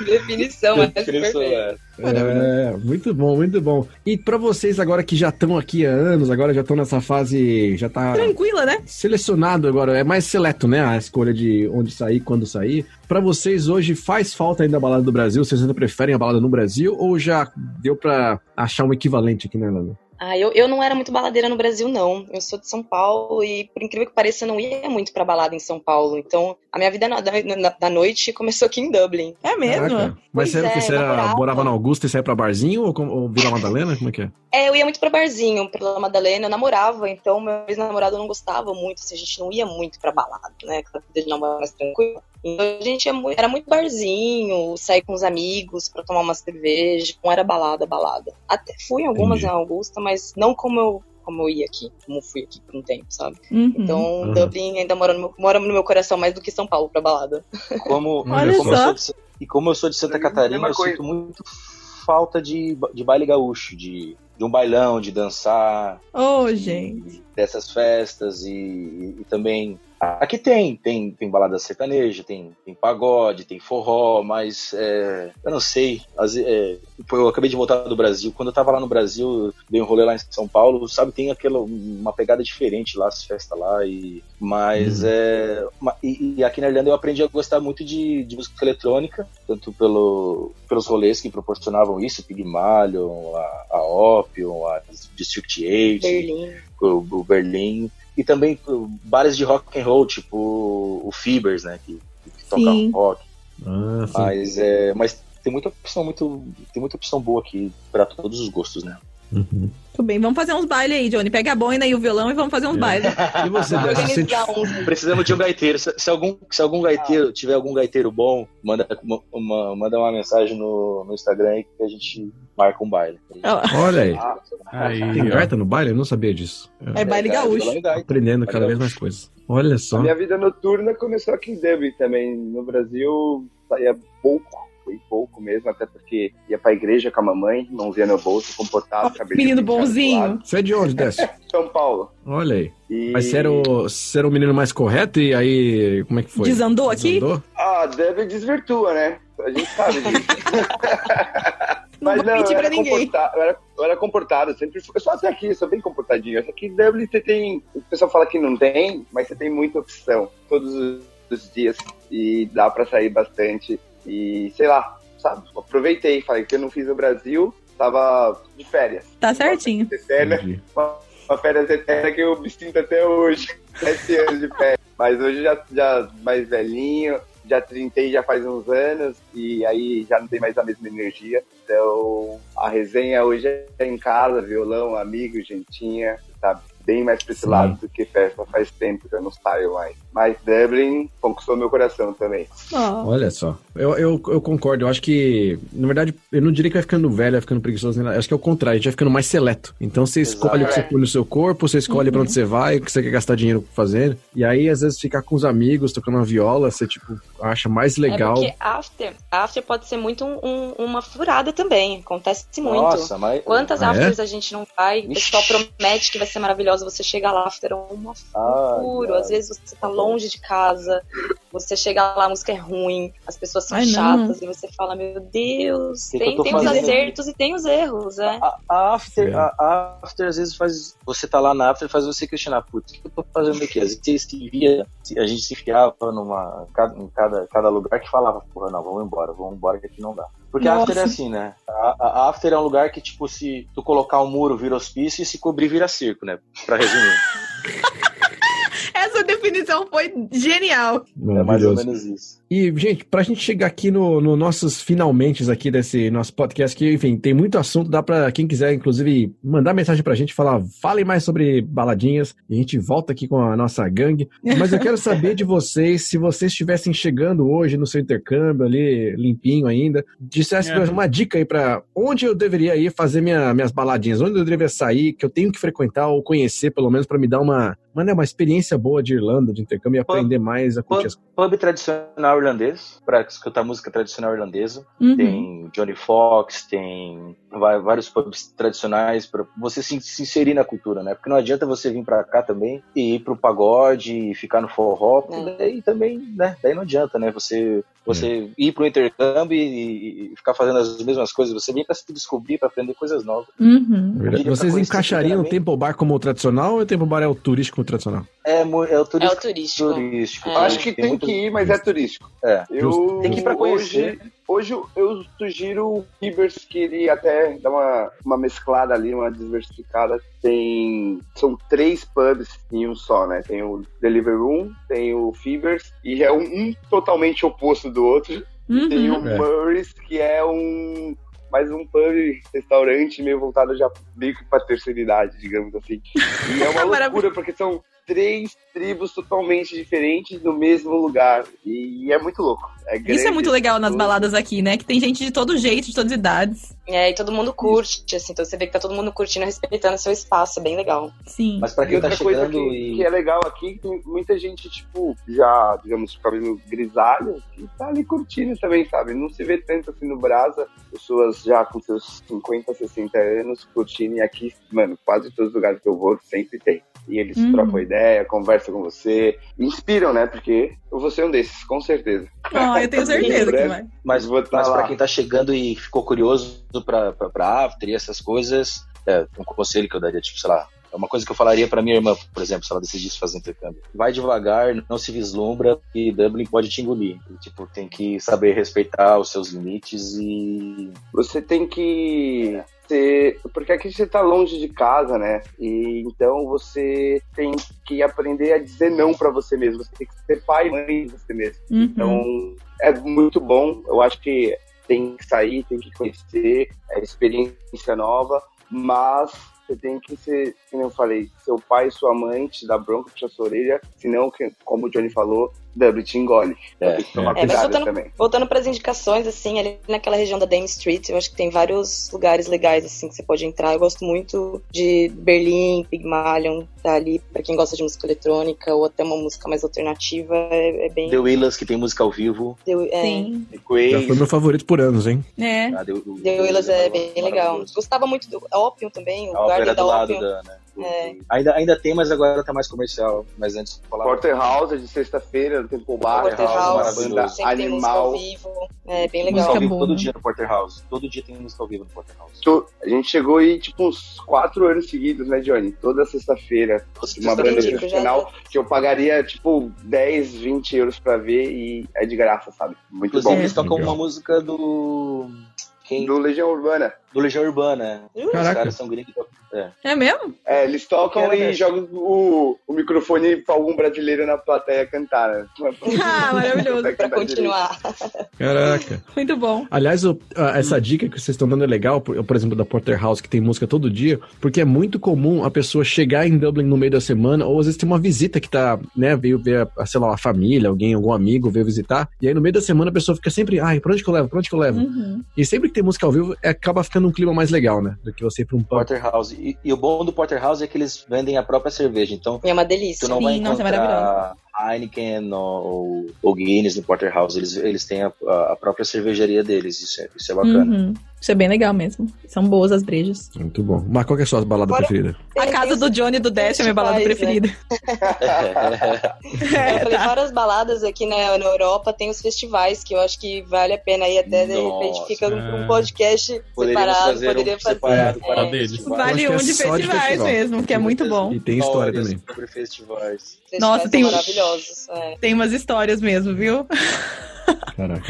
Speaker 4: Definição, mas é
Speaker 5: Isso,
Speaker 4: perfeito.
Speaker 5: é.
Speaker 1: Maravilhoso.
Speaker 2: É, muito bom, muito bom. E pra vocês agora que já estão aqui há anos, agora já estão nessa fase, já tá
Speaker 1: Tranquila, né?
Speaker 2: selecionado agora, é mais seleto, né, a escolha de onde sair, quando sair. Pra vocês hoje faz falta ainda a balada do Brasil? Vocês ainda preferem a balada no Brasil ou já deu pra achar um equivalente aqui na Irlanda?
Speaker 4: Ah, eu, eu não era muito baladeira no Brasil, não. Eu sou de São Paulo e, por incrível que pareça, eu não ia muito pra balada em São Paulo. Então, a minha vida na- da, na- da noite começou aqui em Dublin.
Speaker 1: É mesmo?
Speaker 2: Caraca.
Speaker 4: Pois
Speaker 2: Mas será
Speaker 4: é,
Speaker 2: que você era,
Speaker 4: namorava.
Speaker 2: morava na Augusta e saía pra barzinho ou, com- ou Vila Madalena? Como é que é?
Speaker 4: É, eu ia muito pra barzinho, pra Madalena, eu namorava, então meu ex-namorado não gostava muito, assim, a gente não ia muito pra balada, né? Com a vida de namorado mais tranquila. Então a gente ia muito- era muito barzinho, sair com os amigos pra tomar uma cerveja, não era balada, balada. Até fui em algumas
Speaker 2: Entendi.
Speaker 4: na Augusta, mas não como eu, como eu ia aqui, como fui aqui por um tempo, sabe?
Speaker 1: Uhum.
Speaker 4: Então,
Speaker 2: Uhum.
Speaker 4: Dublin ainda mora no, meu, mora no meu coração mais do que São Paulo pra balada.
Speaker 5: Como,
Speaker 1: Olha
Speaker 5: como eu
Speaker 1: só.
Speaker 5: sou de, e como eu sou de Santa
Speaker 6: Mesma
Speaker 5: Catarina, eu
Speaker 6: coisa.
Speaker 5: sinto muito falta de, ba- de baile gaúcho, de, de um bailão, de dançar,
Speaker 1: Ô, gente.
Speaker 5: dessas festas e, e- e também aqui tem, tem tem balada sertaneja, tem, tem pagode, tem forró, mas é, eu não sei. As- é, pô, eu acabei de voltar do Brasil. Quando eu tava lá no Brasil, dei um rolê lá em São Paulo, sabe? Tem aquela uma pegada diferente lá as festas lá e mas
Speaker 2: Uhum.
Speaker 5: é ma- e, e aqui na Irlanda eu aprendi a gostar muito de, de música eletrônica, tanto pelo, pelos rolês que proporcionavam isso, Pigmalion, a, a Opium, a District 8,
Speaker 4: Berlim.
Speaker 5: o, o Berlim e também o, bares de rock and roll tipo o Fibers né que, que toca
Speaker 1: Sim.
Speaker 5: rock
Speaker 2: Ah, sim.
Speaker 5: mas é mas tem muita opção muito tem muita opção boa aqui pra todos os gostos né
Speaker 2: Uhum.
Speaker 1: Tudo bem, vamos fazer uns bailes aí, Johnny. Pega a boina e o violão e vamos fazer uns
Speaker 2: É.
Speaker 1: bailes.
Speaker 2: E você, Débora, você sente
Speaker 4: Organizar uns
Speaker 5: precisamos de um gaiteiro se, se algum se algum gaiteiro
Speaker 1: Ah.
Speaker 5: tiver algum gaiteiro bom manda uma, uma- manda uma mensagem no, no Instagram aí que a gente marca um baile
Speaker 1: Ó,
Speaker 2: Olha aí.
Speaker 3: Aí,
Speaker 2: Tem
Speaker 3: ó.
Speaker 2: gaita no baile? Eu não sabia disso. Eu
Speaker 1: É um baile gaúcho.
Speaker 5: violão e gaita.
Speaker 2: Aprendendo cada vez mais coisas. Olha
Speaker 6: A
Speaker 2: só.
Speaker 6: minha vida noturna começou aqui em Dublin também. No Brasil saía pouco, foi pouco mesmo, até porque ia pra igreja com a mamãe, não via meu bolso, comportava,
Speaker 1: Ó,
Speaker 6: cabelo.
Speaker 1: menino
Speaker 6: penteado do lado.
Speaker 1: bonzinho.
Speaker 2: Você é de onde, Décio?
Speaker 6: São Paulo.
Speaker 2: Olha aí.
Speaker 6: E...
Speaker 2: Mas você era, o, você era o menino mais correto e aí, como é que foi?
Speaker 1: Desandou aqui?
Speaker 2: Desandou?
Speaker 6: Ah, Dublin desvirtua, né? A gente sabe disso.
Speaker 1: Não vou mentir
Speaker 6: eu
Speaker 1: pra
Speaker 6: era,
Speaker 1: ninguém.
Speaker 6: comporta- eu, era, eu era comportado, sempre fui. Eu sou até aqui, eu sou bem comportadinho. Só que Dublin você tem. O pessoal fala que não tem, mas você tem muita opção todos os, os dias. E dá pra sair bastante. E sei lá, sabe? Aproveitei, falei que eu não fiz no Brasil, tava de férias.
Speaker 1: Tá certinho.
Speaker 5: É, né?
Speaker 6: Eterna,
Speaker 2: Entendi.
Speaker 6: uma férias eterna que eu me sinto até hoje. Sete anos de férias. Mas hoje já, já mais velhinho, já trintei já faz uns anos e aí já não tem mais a mesma energia. Então a resenha hoje é em casa, violão, amigo, gentinha, sabe? Bem mais pra esse
Speaker 3: Sim.
Speaker 6: lado do que festa, faz tempo que eu não saio mais. Mas Dublin conquistou meu coração também.
Speaker 1: Ó.
Speaker 2: Olha só. Eu, eu, eu concordo. Eu acho que, na verdade, eu não diria que vai ficando velho, vai ficando preguiçoso. nem nada. Eu acho que é o contrário. A gente vai ficando mais seleto. Então você
Speaker 5: Exato.
Speaker 2: escolhe o que você
Speaker 6: É.
Speaker 2: põe no seu corpo, você escolhe pra onde você vai, o que você quer gastar dinheiro fazendo. E aí, às vezes, ficar com os amigos, tocando uma viola, você, tipo, acha mais legal.
Speaker 4: É porque after, after pode ser muito um- um- uma furada também. Acontece muito.
Speaker 5: Nossa, mas.
Speaker 4: Quantas
Speaker 2: Ah, é?
Speaker 4: afters a gente não vai? O
Speaker 5: Ixi.
Speaker 4: pessoal promete que vai ser maravilhosa, você chega lá, after é uma
Speaker 5: Ah,
Speaker 4: furo.
Speaker 5: cara.
Speaker 4: Às vezes você tá longe de casa, você chega lá, a música é ruim, as pessoas são
Speaker 1: Ai, não.
Speaker 4: chatas, e você fala, meu Deus,
Speaker 5: Que que eu
Speaker 4: tem,
Speaker 5: tô
Speaker 4: tem os
Speaker 1: fazendo?
Speaker 4: acertos e tem os erros, é.
Speaker 5: A, a after,
Speaker 2: É.
Speaker 5: a, a after às vezes faz. Você tá lá na after faz você questionar, putz, o que eu tô fazendo aqui? Às vezes se via, se- a gente se enfiava numa, cada- em cada, cada lugar que falava, porra, não, vamos embora, vamos embora que aqui não dá. Porque a after
Speaker 1: Nossa.
Speaker 5: é assim, né? A, a- a after é um lugar que, tipo, se tu colocar um muro vira hospício e se cobrir vira circo, né? Pra resumir.
Speaker 1: Essa definição foi genial.
Speaker 5: é mais ou
Speaker 2: Maravilhoso.
Speaker 5: menos isso.
Speaker 2: E, gente, pra gente chegar aqui no, no nossos finalmente aqui desse nosso podcast, que, enfim, tem muito assunto, dá pra quem quiser, inclusive, mandar mensagem pra gente, falar, falem mais sobre baladinhas, e a gente volta aqui com a nossa gangue. Mas eu quero saber de vocês, se vocês estivessem chegando hoje no seu intercâmbio ali, limpinho ainda, dissesse
Speaker 3: É.
Speaker 2: uma dica aí pra onde eu deveria ir fazer minha- minhas baladinhas, onde eu deveria sair, que eu tenho que frequentar ou conhecer, pelo menos, pra me dar uma, uma, né, uma experiência boa de Irlanda, de intercâmbio, e
Speaker 5: Pub-
Speaker 2: aprender mais a curtir as
Speaker 5: Pub tradicional irlandês, pra escutar música tradicional irlandesa.
Speaker 1: Uhum.
Speaker 5: tem Johnny Fox, tem va- vários pubs tradicionais para você se, se inserir na cultura, né? Porque não adianta você vir para cá também e ir pro pagode e ficar no forró, porque
Speaker 4: É.
Speaker 5: daí também, né? Daí não adianta, né? Você você ir pro intercâmbio e, e- e ficar fazendo as mesmas coisas, você vem para se descobrir, para aprender coisas novas.
Speaker 1: Uhum.
Speaker 2: É verdade.
Speaker 5: Diga pra
Speaker 2: Vocês
Speaker 5: conhecer
Speaker 2: encaixariam o
Speaker 5: primeiramente.
Speaker 2: Temple Bar como o tradicional ou o Temple Bar é o turístico tradicional?
Speaker 5: É, mu- é
Speaker 4: É
Speaker 5: o
Speaker 4: o
Speaker 5: turismo
Speaker 4: turístico.
Speaker 5: turístico.
Speaker 4: É.
Speaker 6: Eu acho que tem,
Speaker 5: muito-
Speaker 6: que ir, mas é turístico.
Speaker 5: É.
Speaker 6: Eu,
Speaker 5: Tem que ir pra conhecer.
Speaker 6: Hoje, hoje eu sugiro o Rivers, que ele até dá uma, uma mesclada ali, uma diversificada. Tem. São três pubs em um só, né? Tem o Delivery Room, tem o Fevers, e é um, um totalmente oposto do outro. Tem o
Speaker 1: Uhum.
Speaker 2: É.
Speaker 6: Murray's, que é um. Mais um pub, restaurante meio voltado já meio que pra terceira idade, digamos assim. E é uma loucura,
Speaker 1: Maravilha.
Speaker 6: porque são três tribos totalmente diferentes no mesmo lugar. E é muito louco. É
Speaker 1: Isso é
Speaker 6: grande,
Speaker 1: muito legal nas
Speaker 6: tudo.
Speaker 1: baladas aqui, né? Que tem gente de todo jeito, de todas as idades.
Speaker 4: É, e todo mundo curte, assim, então você vê que tá todo mundo curtindo, respeitando o seu espaço, é bem legal.
Speaker 1: Sim.
Speaker 5: Mas para
Speaker 6: E
Speaker 5: quem
Speaker 6: outra
Speaker 5: tá
Speaker 6: coisa
Speaker 5: chegando
Speaker 6: que,
Speaker 5: e
Speaker 6: que é legal aqui, que muita gente, tipo, já, digamos, com cabelo grisalho, que tá ali curtindo também, sabe? Não se vê tanto assim no Brasa, pessoas já com seus 50, 60 anos curtindo, e aqui, mano, quase todos os lugares que eu vou sempre tem. E eles
Speaker 1: Uhum.
Speaker 6: trocam ideia, conversam com você, inspiram, né? Porque eu vou ser um desses, com certeza.
Speaker 1: Ó, eu tenho certeza que
Speaker 6: Lembrando-
Speaker 1: vai.
Speaker 5: Mas,
Speaker 6: Vou tá
Speaker 5: mas
Speaker 6: lá.
Speaker 5: para quem tá chegando e ficou curioso pra, pra, pra after e essas coisas, é, um conselho que eu daria, tipo, sei lá, é uma coisa que eu falaria pra minha irmã, por exemplo, se ela decidisse fazer intercâmbio. Vai devagar, não se vislumbra e Dublin pode te engolir. E, tipo, tem que saber respeitar os seus limites e...
Speaker 6: você tem que ser. Porque aqui você tá longe de casa, né? E então você tem que aprender a dizer não pra você mesmo. Você tem que ser pai e mãe de você mesmo. Então
Speaker 1: Uhum.
Speaker 6: é muito bom. Eu acho que tem que sair, tem que conhecer, é experiência nova, mas você tem que ser, como eu falei, seu pai e sua mãe te dá bronca, puxa sua orelha, senão, que- como o Johnny falou, W te engole.
Speaker 5: É,
Speaker 6: tem que tomar
Speaker 4: É, mas
Speaker 6: cuidado
Speaker 4: voltando-
Speaker 6: também.
Speaker 4: Voltando pras indicações, assim, ali naquela região da Dame Street, eu acho que tem vários lugares legais, assim, que você pode entrar. Eu gosto muito de Berlim, Pygmalion, tá ali, pra quem gosta de música eletrônica ou até uma música mais alternativa, é, é bem...
Speaker 5: The Willas, que tem música ao vivo.
Speaker 4: Deu, é,
Speaker 1: Sim.
Speaker 5: The
Speaker 2: Já foi
Speaker 5: Quays...
Speaker 2: meu favorito por anos, hein?
Speaker 1: É.
Speaker 5: Ah, The, o-
Speaker 4: The Willas é bem
Speaker 5: maravilhoso.
Speaker 4: legal. Gostava muito do Opium também, o
Speaker 5: A ópera
Speaker 4: guarda
Speaker 5: era
Speaker 4: da
Speaker 5: do lado
Speaker 4: Opium.
Speaker 5: da... Né? do-
Speaker 4: É.
Speaker 5: do- Ainda, ainda tem, mas agora tá mais comercial. Mas antes falava
Speaker 6: Porterhouse é de sexta-feira, no Temple Bar,
Speaker 5: Porterhouse,
Speaker 6: uma banda
Speaker 4: sempre tem música ao
Speaker 6: animal.
Speaker 4: vivo. É bem
Speaker 5: música
Speaker 4: legal.
Speaker 5: ao vivo
Speaker 1: boa,
Speaker 5: todo
Speaker 1: né?
Speaker 5: dia no Porterhouse. Todo dia tem música ao vivo no Porterhouse.
Speaker 6: Tu- A gente chegou aí, tipo, uns quatro anos seguidos, né, Johnny? Toda sexta-feira, uma
Speaker 4: Sim,
Speaker 6: banda
Speaker 4: indico,
Speaker 5: tipo,
Speaker 4: já-
Speaker 6: profissional que eu pagaria, tipo, 10, 20 euros pra ver e é de graça, sabe? Muito
Speaker 5: Inclusive,
Speaker 6: bom.
Speaker 5: eles tocam
Speaker 2: Legal.
Speaker 5: uma música do. Quem?
Speaker 6: Do Legião Urbana.
Speaker 5: Do Legião Urbana.
Speaker 4: Jura?
Speaker 5: Os
Speaker 2: Caraca.
Speaker 5: caras são gringos.
Speaker 1: É mesmo?
Speaker 6: É, eles tocam
Speaker 5: Quero
Speaker 6: e
Speaker 5: ver.
Speaker 6: jogam o, o microfone pra algum brasileiro na plateia cantar. né?
Speaker 1: Ah, maravilhoso.
Speaker 4: Pra
Speaker 6: Pra
Speaker 4: continuar.
Speaker 2: Caraca.
Speaker 1: Muito bom.
Speaker 2: Aliás, o- a- essa dica que vocês estão dando é legal, por, por exemplo, da Porterhouse, que tem música todo dia, porque é muito comum a pessoa chegar em Dublin no meio da semana, ou às vezes tem uma visita que tá, né, veio ver, a- sei lá, a família, alguém, algum amigo veio visitar, e aí no meio da semana a pessoa fica sempre, ai, pra onde que eu levo, pra onde que eu levo?
Speaker 1: Uhum.
Speaker 2: E sempre que tem música ao vivo, é- acaba ficando um clima mais legal, né, do que você ir pra um pub.
Speaker 5: Porterhouse. E, e o bom do Porterhouse é que eles vendem a própria cerveja. Então,
Speaker 4: E é uma
Speaker 5: tu
Speaker 4: delícia.
Speaker 5: não
Speaker 1: Sim,
Speaker 5: vai
Speaker 1: nossa, é
Speaker 5: encontrar Heineken ou, ou Guinness no Porterhouse. Eles, eles têm a, a própria cervejaria deles. Isso é, isso é bacana.
Speaker 1: Uhum. Isso é bem legal mesmo. São boas as brejas.
Speaker 2: Muito bom. Mas qual que é a sua balada
Speaker 4: Agora-
Speaker 2: preferida?
Speaker 1: A casa do Johnny e do Dash é minha balada
Speaker 4: Faz, né?
Speaker 1: preferida.
Speaker 4: Uhum. Eu
Speaker 1: É,
Speaker 4: falei
Speaker 1: tá.
Speaker 4: várias baladas aqui né, na, na Europa, tem os festivais que eu acho que vale a pena ir até, de
Speaker 5: Nossa.
Speaker 4: repente fica um,
Speaker 3: Ah.
Speaker 4: um podcast
Speaker 5: Poderíamos
Speaker 4: separado,
Speaker 5: fazer um
Speaker 4: poderia fazer.
Speaker 5: separado
Speaker 4: é,
Speaker 5: para
Speaker 3: deles.
Speaker 4: festivais,
Speaker 1: Vale
Speaker 2: acho que
Speaker 1: um
Speaker 2: é
Speaker 1: de
Speaker 2: só de
Speaker 1: festivais
Speaker 2: festival.
Speaker 1: mesmo, que é muito bom.
Speaker 2: E tem história
Speaker 5: Histórias
Speaker 2: também.
Speaker 5: Sobre festivais.
Speaker 4: festivais
Speaker 1: Nossa, tem um-
Speaker 4: maravilhosos. é.
Speaker 1: Tem umas histórias mesmo, viu?
Speaker 2: Caraca.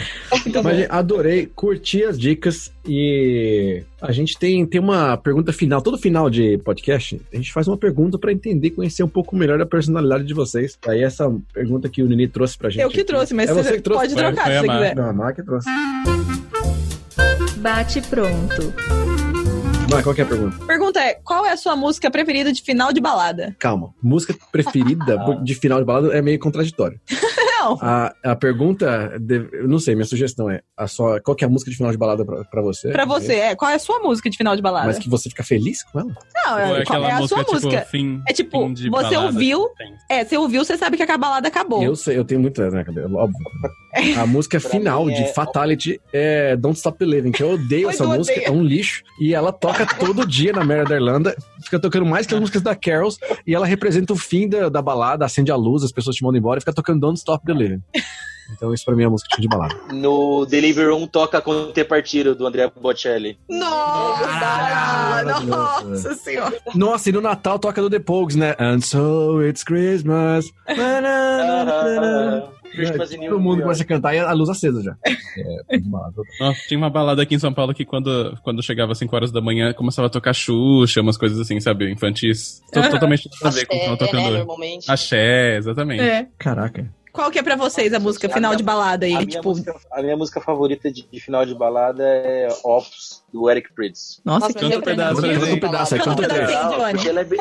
Speaker 2: Mas
Speaker 1: Muito bom.
Speaker 2: gente, adorei, curti as dicas e a gente tem, tem uma pergunta final. Todo final de podcast, a gente faz uma pergunta pra entender e conhecer um pouco melhor a personalidade de vocês. Aí essa pergunta que o Nini trouxe pra gente.
Speaker 1: Eu que
Speaker 2: aqui.
Speaker 1: trouxe, mas
Speaker 2: É você
Speaker 1: você
Speaker 2: que trouxe,
Speaker 1: pode
Speaker 3: foi-
Speaker 1: trocar
Speaker 3: foi
Speaker 1: se
Speaker 3: a
Speaker 1: você
Speaker 3: Mar.
Speaker 1: quiser.
Speaker 2: Não, a Mara que trouxe.
Speaker 1: Bate pronto.
Speaker 2: Mara, qual que é a pergunta?
Speaker 1: Pergunta é: qual é a sua música preferida de final de balada?
Speaker 2: Calma. Música preferida
Speaker 1: Ah.
Speaker 2: de final de balada é meio contraditório.
Speaker 1: Não.
Speaker 2: A, a pergunta, de- eu não sei, minha sugestão é a sua, qual que é a música de final de balada pra, pra você?
Speaker 1: Pra você, é. Qual é a sua música de final de balada?
Speaker 2: Mas que você fica feliz com ela?
Speaker 1: Não,
Speaker 3: Ou
Speaker 1: é,
Speaker 3: é aquela
Speaker 1: é a
Speaker 3: música,
Speaker 1: sua
Speaker 3: tipo,
Speaker 1: música.
Speaker 3: fim,
Speaker 1: É tipo,
Speaker 3: fim de
Speaker 1: você
Speaker 3: balada
Speaker 1: ouviu-
Speaker 3: que tem.
Speaker 1: É, você ouviu, você sabe que a balada acabou.
Speaker 2: Eu sei, eu tenho muita, né, cadê? óbvio. A música
Speaker 5: Pra
Speaker 2: final
Speaker 5: mim
Speaker 2: de
Speaker 5: é-
Speaker 2: Fatality é Don't Stop Believing, que eu odeio
Speaker 1: Foi
Speaker 2: essa
Speaker 1: do
Speaker 2: música,
Speaker 1: odeio.
Speaker 2: é um lixo. E ela toca todo dia na Merda da Irlanda, fica tocando mais que as músicas da Carols, e ela representa o fim da, da balada, acende a luz, as pessoas te mandam embora, e fica tocando Don't Stop Believing. Então isso pra mim é a música de balada.
Speaker 5: No Delivery Room toca com Te Partido, do André Bocelli.
Speaker 4: é Ah,
Speaker 1: Nossa!
Speaker 2: Caralho,
Speaker 1: Nossa senhora!
Speaker 2: Nossa, e no Natal toca do The Pogues, né? And so it's Christmas.
Speaker 5: Christmas in New
Speaker 2: É, Todo mundo
Speaker 5: York.
Speaker 2: começa a cantar e a luz acesa já. É, de balada.
Speaker 3: Nossa, tinha uma balada aqui em São Paulo que quando, quando chegava às 5 horas da manhã começava a tocar Xuxa, umas coisas assim, sabe? Infantis. To-
Speaker 1: Aham.
Speaker 3: Totalmente nada a ver com o que
Speaker 4: Axé,
Speaker 3: tava
Speaker 4: né,
Speaker 3: tocando.
Speaker 4: normalmente.
Speaker 3: Axé, exatamente.
Speaker 1: É.
Speaker 2: Caraca.
Speaker 1: Qual que é pra vocês a música final de balada aí?
Speaker 5: A minha,
Speaker 1: tipo,
Speaker 5: música, a minha música favorita de, de final de balada é Ops, do Eric Prydz.
Speaker 1: nossa,
Speaker 4: Nossa,
Speaker 1: que
Speaker 4: mas
Speaker 3: canta
Speaker 1: legal.
Speaker 3: um pedaço
Speaker 2: Canta
Speaker 3: pra
Speaker 2: um
Speaker 3: gente.
Speaker 2: pedaço aí, canta um
Speaker 1: né? Canta um
Speaker 2: trecho.
Speaker 1: pedaço. Sim, Johnny.
Speaker 5: porque ela é bem...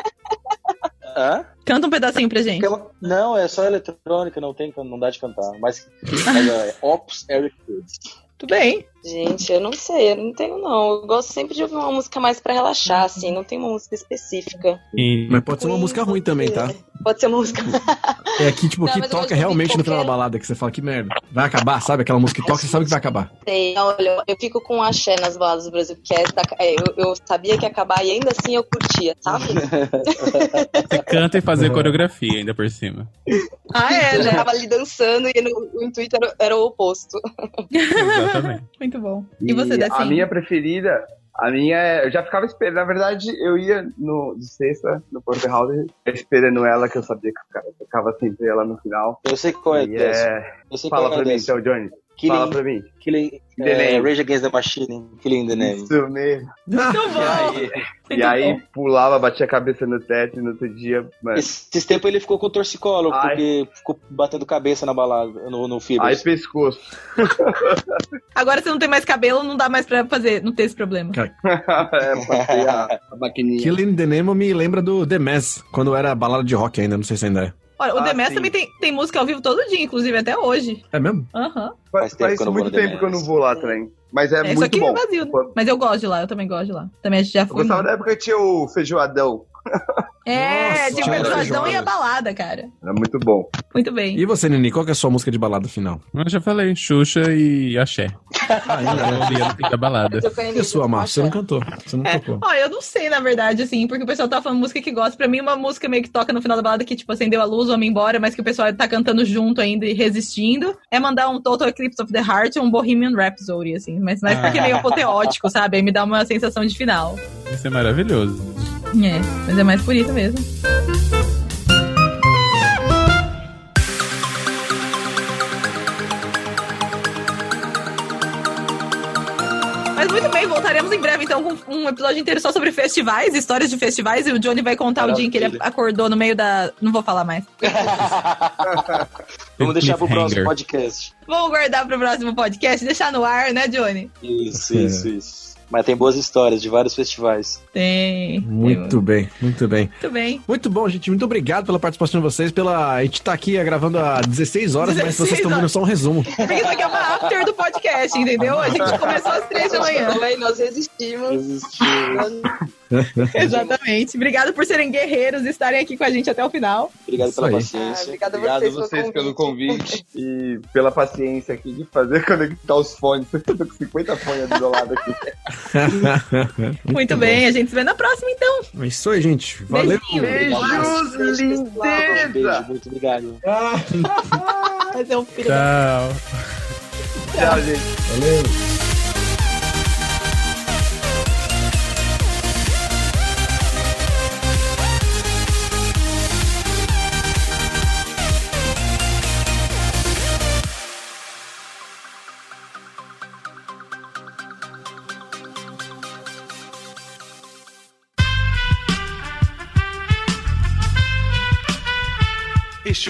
Speaker 5: Hã?
Speaker 1: Canta um pedacinho pra gente.
Speaker 5: Porque ela- Não, é só eletrônica, não tem, não dá de cantar. Mas, mas é Ops, Eric Prydz.
Speaker 1: Tudo bem.
Speaker 4: Gente, eu não sei, eu não tenho não. Eu gosto sempre de ouvir uma música mais pra relaxar, assim, não tem uma música específica.
Speaker 3: E-
Speaker 2: Mas pode ser uma
Speaker 4: Queen,
Speaker 2: música ruim
Speaker 4: pode
Speaker 2: também,
Speaker 4: ser-
Speaker 2: tá?
Speaker 4: Pode ser uma música.
Speaker 2: É aqui, tipo,
Speaker 4: Não,
Speaker 2: que
Speaker 4: mas eu gosto de
Speaker 2: toca
Speaker 4: ouvir
Speaker 2: realmente no final da
Speaker 4: qualquer-
Speaker 2: balada, que você fala, que merda. Vai acabar, sabe? Aquela música que toca, você sabe que vai acabar.
Speaker 4: Sei, olha, eu fico com axé nas baladas do Brasil, porque essa, é, eu, eu sabia que ia acabar e ainda assim eu curtia, sabe?
Speaker 3: Você canta e fazer coreografia ainda por cima.
Speaker 1: Ah, é,
Speaker 4: Eu já
Speaker 1: né?
Speaker 4: tava ali dançando e no- o intuito era, era o oposto.
Speaker 3: Exatamente.
Speaker 1: Muito bom. E você,
Speaker 6: A
Speaker 1: Decinho?
Speaker 6: minha preferida, a minha é. Eu já ficava esperando. Na verdade, eu ia no, de sexta, no Porter House, esperando ela, que eu sabia que o cara tocava sempre ela no final.
Speaker 5: Eu sei qual é
Speaker 6: E
Speaker 5: dessa.
Speaker 6: é-
Speaker 5: Eu sei
Speaker 6: Fala
Speaker 5: qual é
Speaker 6: pra mim,
Speaker 5: dessa.
Speaker 6: então, Johnny.
Speaker 5: Killing,
Speaker 6: Fala pra mim.
Speaker 5: Killing,
Speaker 6: The
Speaker 5: é,
Speaker 6: Name.
Speaker 5: Rage Against the Machine, Killing the Name.
Speaker 6: Isso mesmo.
Speaker 2: Ah,
Speaker 1: Muito bom.
Speaker 5: E aí,
Speaker 6: E aí pulava, batia a cabeça no teto e no outro dia. Mano.
Speaker 5: Esses tempos ele ficou com torcicolo,
Speaker 6: Ai.
Speaker 5: porque ficou batendo cabeça na balada, no, no
Speaker 6: Aí
Speaker 5: Fibers.
Speaker 6: pescoço.
Speaker 1: Agora você não tem mais cabelo, não dá mais pra fazer, não ter esse problema.
Speaker 6: é, passei a, a maquininha.
Speaker 2: Killing the Nemo me lembra do The Mess, quando era balada de rock ainda, não sei se ainda é.
Speaker 1: Olha, o
Speaker 6: Ah,
Speaker 1: The Mass
Speaker 6: sim.
Speaker 1: também tem, tem música ao vivo todo dia, inclusive até hoje.
Speaker 2: É mesmo?
Speaker 1: Aham.
Speaker 6: Faz,
Speaker 5: Faz tempo que eu não vou
Speaker 6: muito
Speaker 5: no The
Speaker 6: tempo que eu não
Speaker 5: Mass.
Speaker 6: vou lá também. Mas é,
Speaker 1: É, isso
Speaker 6: muito
Speaker 1: aqui no
Speaker 6: bom.
Speaker 1: Brasil, né?
Speaker 6: Eu
Speaker 1: Mas eu gosto de lá, eu também gosto de lá. Também a gente já foi.
Speaker 6: gostava
Speaker 1: muito.
Speaker 6: da época que tinha o feijoadão.
Speaker 1: É,
Speaker 2: Nossa,
Speaker 1: tinha o
Speaker 5: tinha
Speaker 1: Pedradão
Speaker 2: várias
Speaker 1: e a balada, cara.
Speaker 6: Era muito bom.
Speaker 1: Muito bem.
Speaker 2: E você, Nini, qual que é a sua música de balada final?
Speaker 3: Mas eu já falei, Xuxa e Axé. Eu
Speaker 2: Ah,
Speaker 3: ouvia no fim da balada.
Speaker 2: e é a sua, Márcio? Você não cantou, você não
Speaker 1: É.
Speaker 2: tocou.
Speaker 1: Ó, eu não sei, na verdade, assim, porque o pessoal tá falando música que gosta. Pra mim, uma música meio que toca no final da balada que, tipo, acendeu a luz, o homem embora, mas que o pessoal tá cantando junto ainda e resistindo. É mandar um Total Eclipse of the Heart ou um Bohemian Rhapsody, assim. Mas não
Speaker 6: Ah.
Speaker 1: é porque é meio apoteótico, sabe? Aí me dá uma sensação de final.
Speaker 3: Isso é maravilhoso.
Speaker 1: É, mas é mais por isso mesmo. Mas muito bem, voltaram Voltaremos em breve, então, com um episódio inteiro só sobre festivais, histórias de festivais, e o Johnny vai contar o dia em que ele
Speaker 5: Maravilha.
Speaker 1: acordou no meio da. Não vou falar mais.
Speaker 5: Vamos deixar pro próximo
Speaker 3: Cliffhanger.
Speaker 5: podcast.
Speaker 1: Vamos guardar pro próximo podcast, deixar no ar, né, Johnny?
Speaker 5: Isso, isso, isso. Mas tem boas histórias de vários festivais.
Speaker 1: Tem.
Speaker 2: Muito bem, muito bem.
Speaker 1: Muito bem.
Speaker 2: Muito bom, gente. Muito obrigado pela participação de vocês. Pela... A gente tá aqui é, gravando há 16 horas, mas
Speaker 1: 16
Speaker 2: vocês estão dando
Speaker 1: horas.
Speaker 2: só um resumo.
Speaker 1: Porque isso aqui é uma after do podcast, entendeu? A gente começou às três da manhã.
Speaker 7: Também nós resistimos.
Speaker 1: Exatamente. Obrigado por serem guerreiros e estarem aqui com a gente até o final.
Speaker 5: Obrigado
Speaker 2: Isso
Speaker 5: pela
Speaker 2: aí.
Speaker 7: Ah,
Speaker 5: paciência.
Speaker 7: obrigada a
Speaker 6: Obrigado a
Speaker 7: vocês,
Speaker 6: vocês
Speaker 7: pelo
Speaker 6: pelo
Speaker 7: convite.
Speaker 6: convite e pela paciência aqui de fazer conectar os fones. Eu tô com 50 fones do meu lado aqui.
Speaker 1: Muito, bem, a gente se vê na próxima, então.
Speaker 2: É isso aí, gente. Valeu.
Speaker 1: Beijinho.
Speaker 5: Obrigado.
Speaker 6: Beijos,
Speaker 5: Um beijo,
Speaker 6: lindeza!
Speaker 5: muito obrigado.
Speaker 1: Mas é um filho da
Speaker 3: Tchau.
Speaker 6: Tchau, gente.
Speaker 8: Este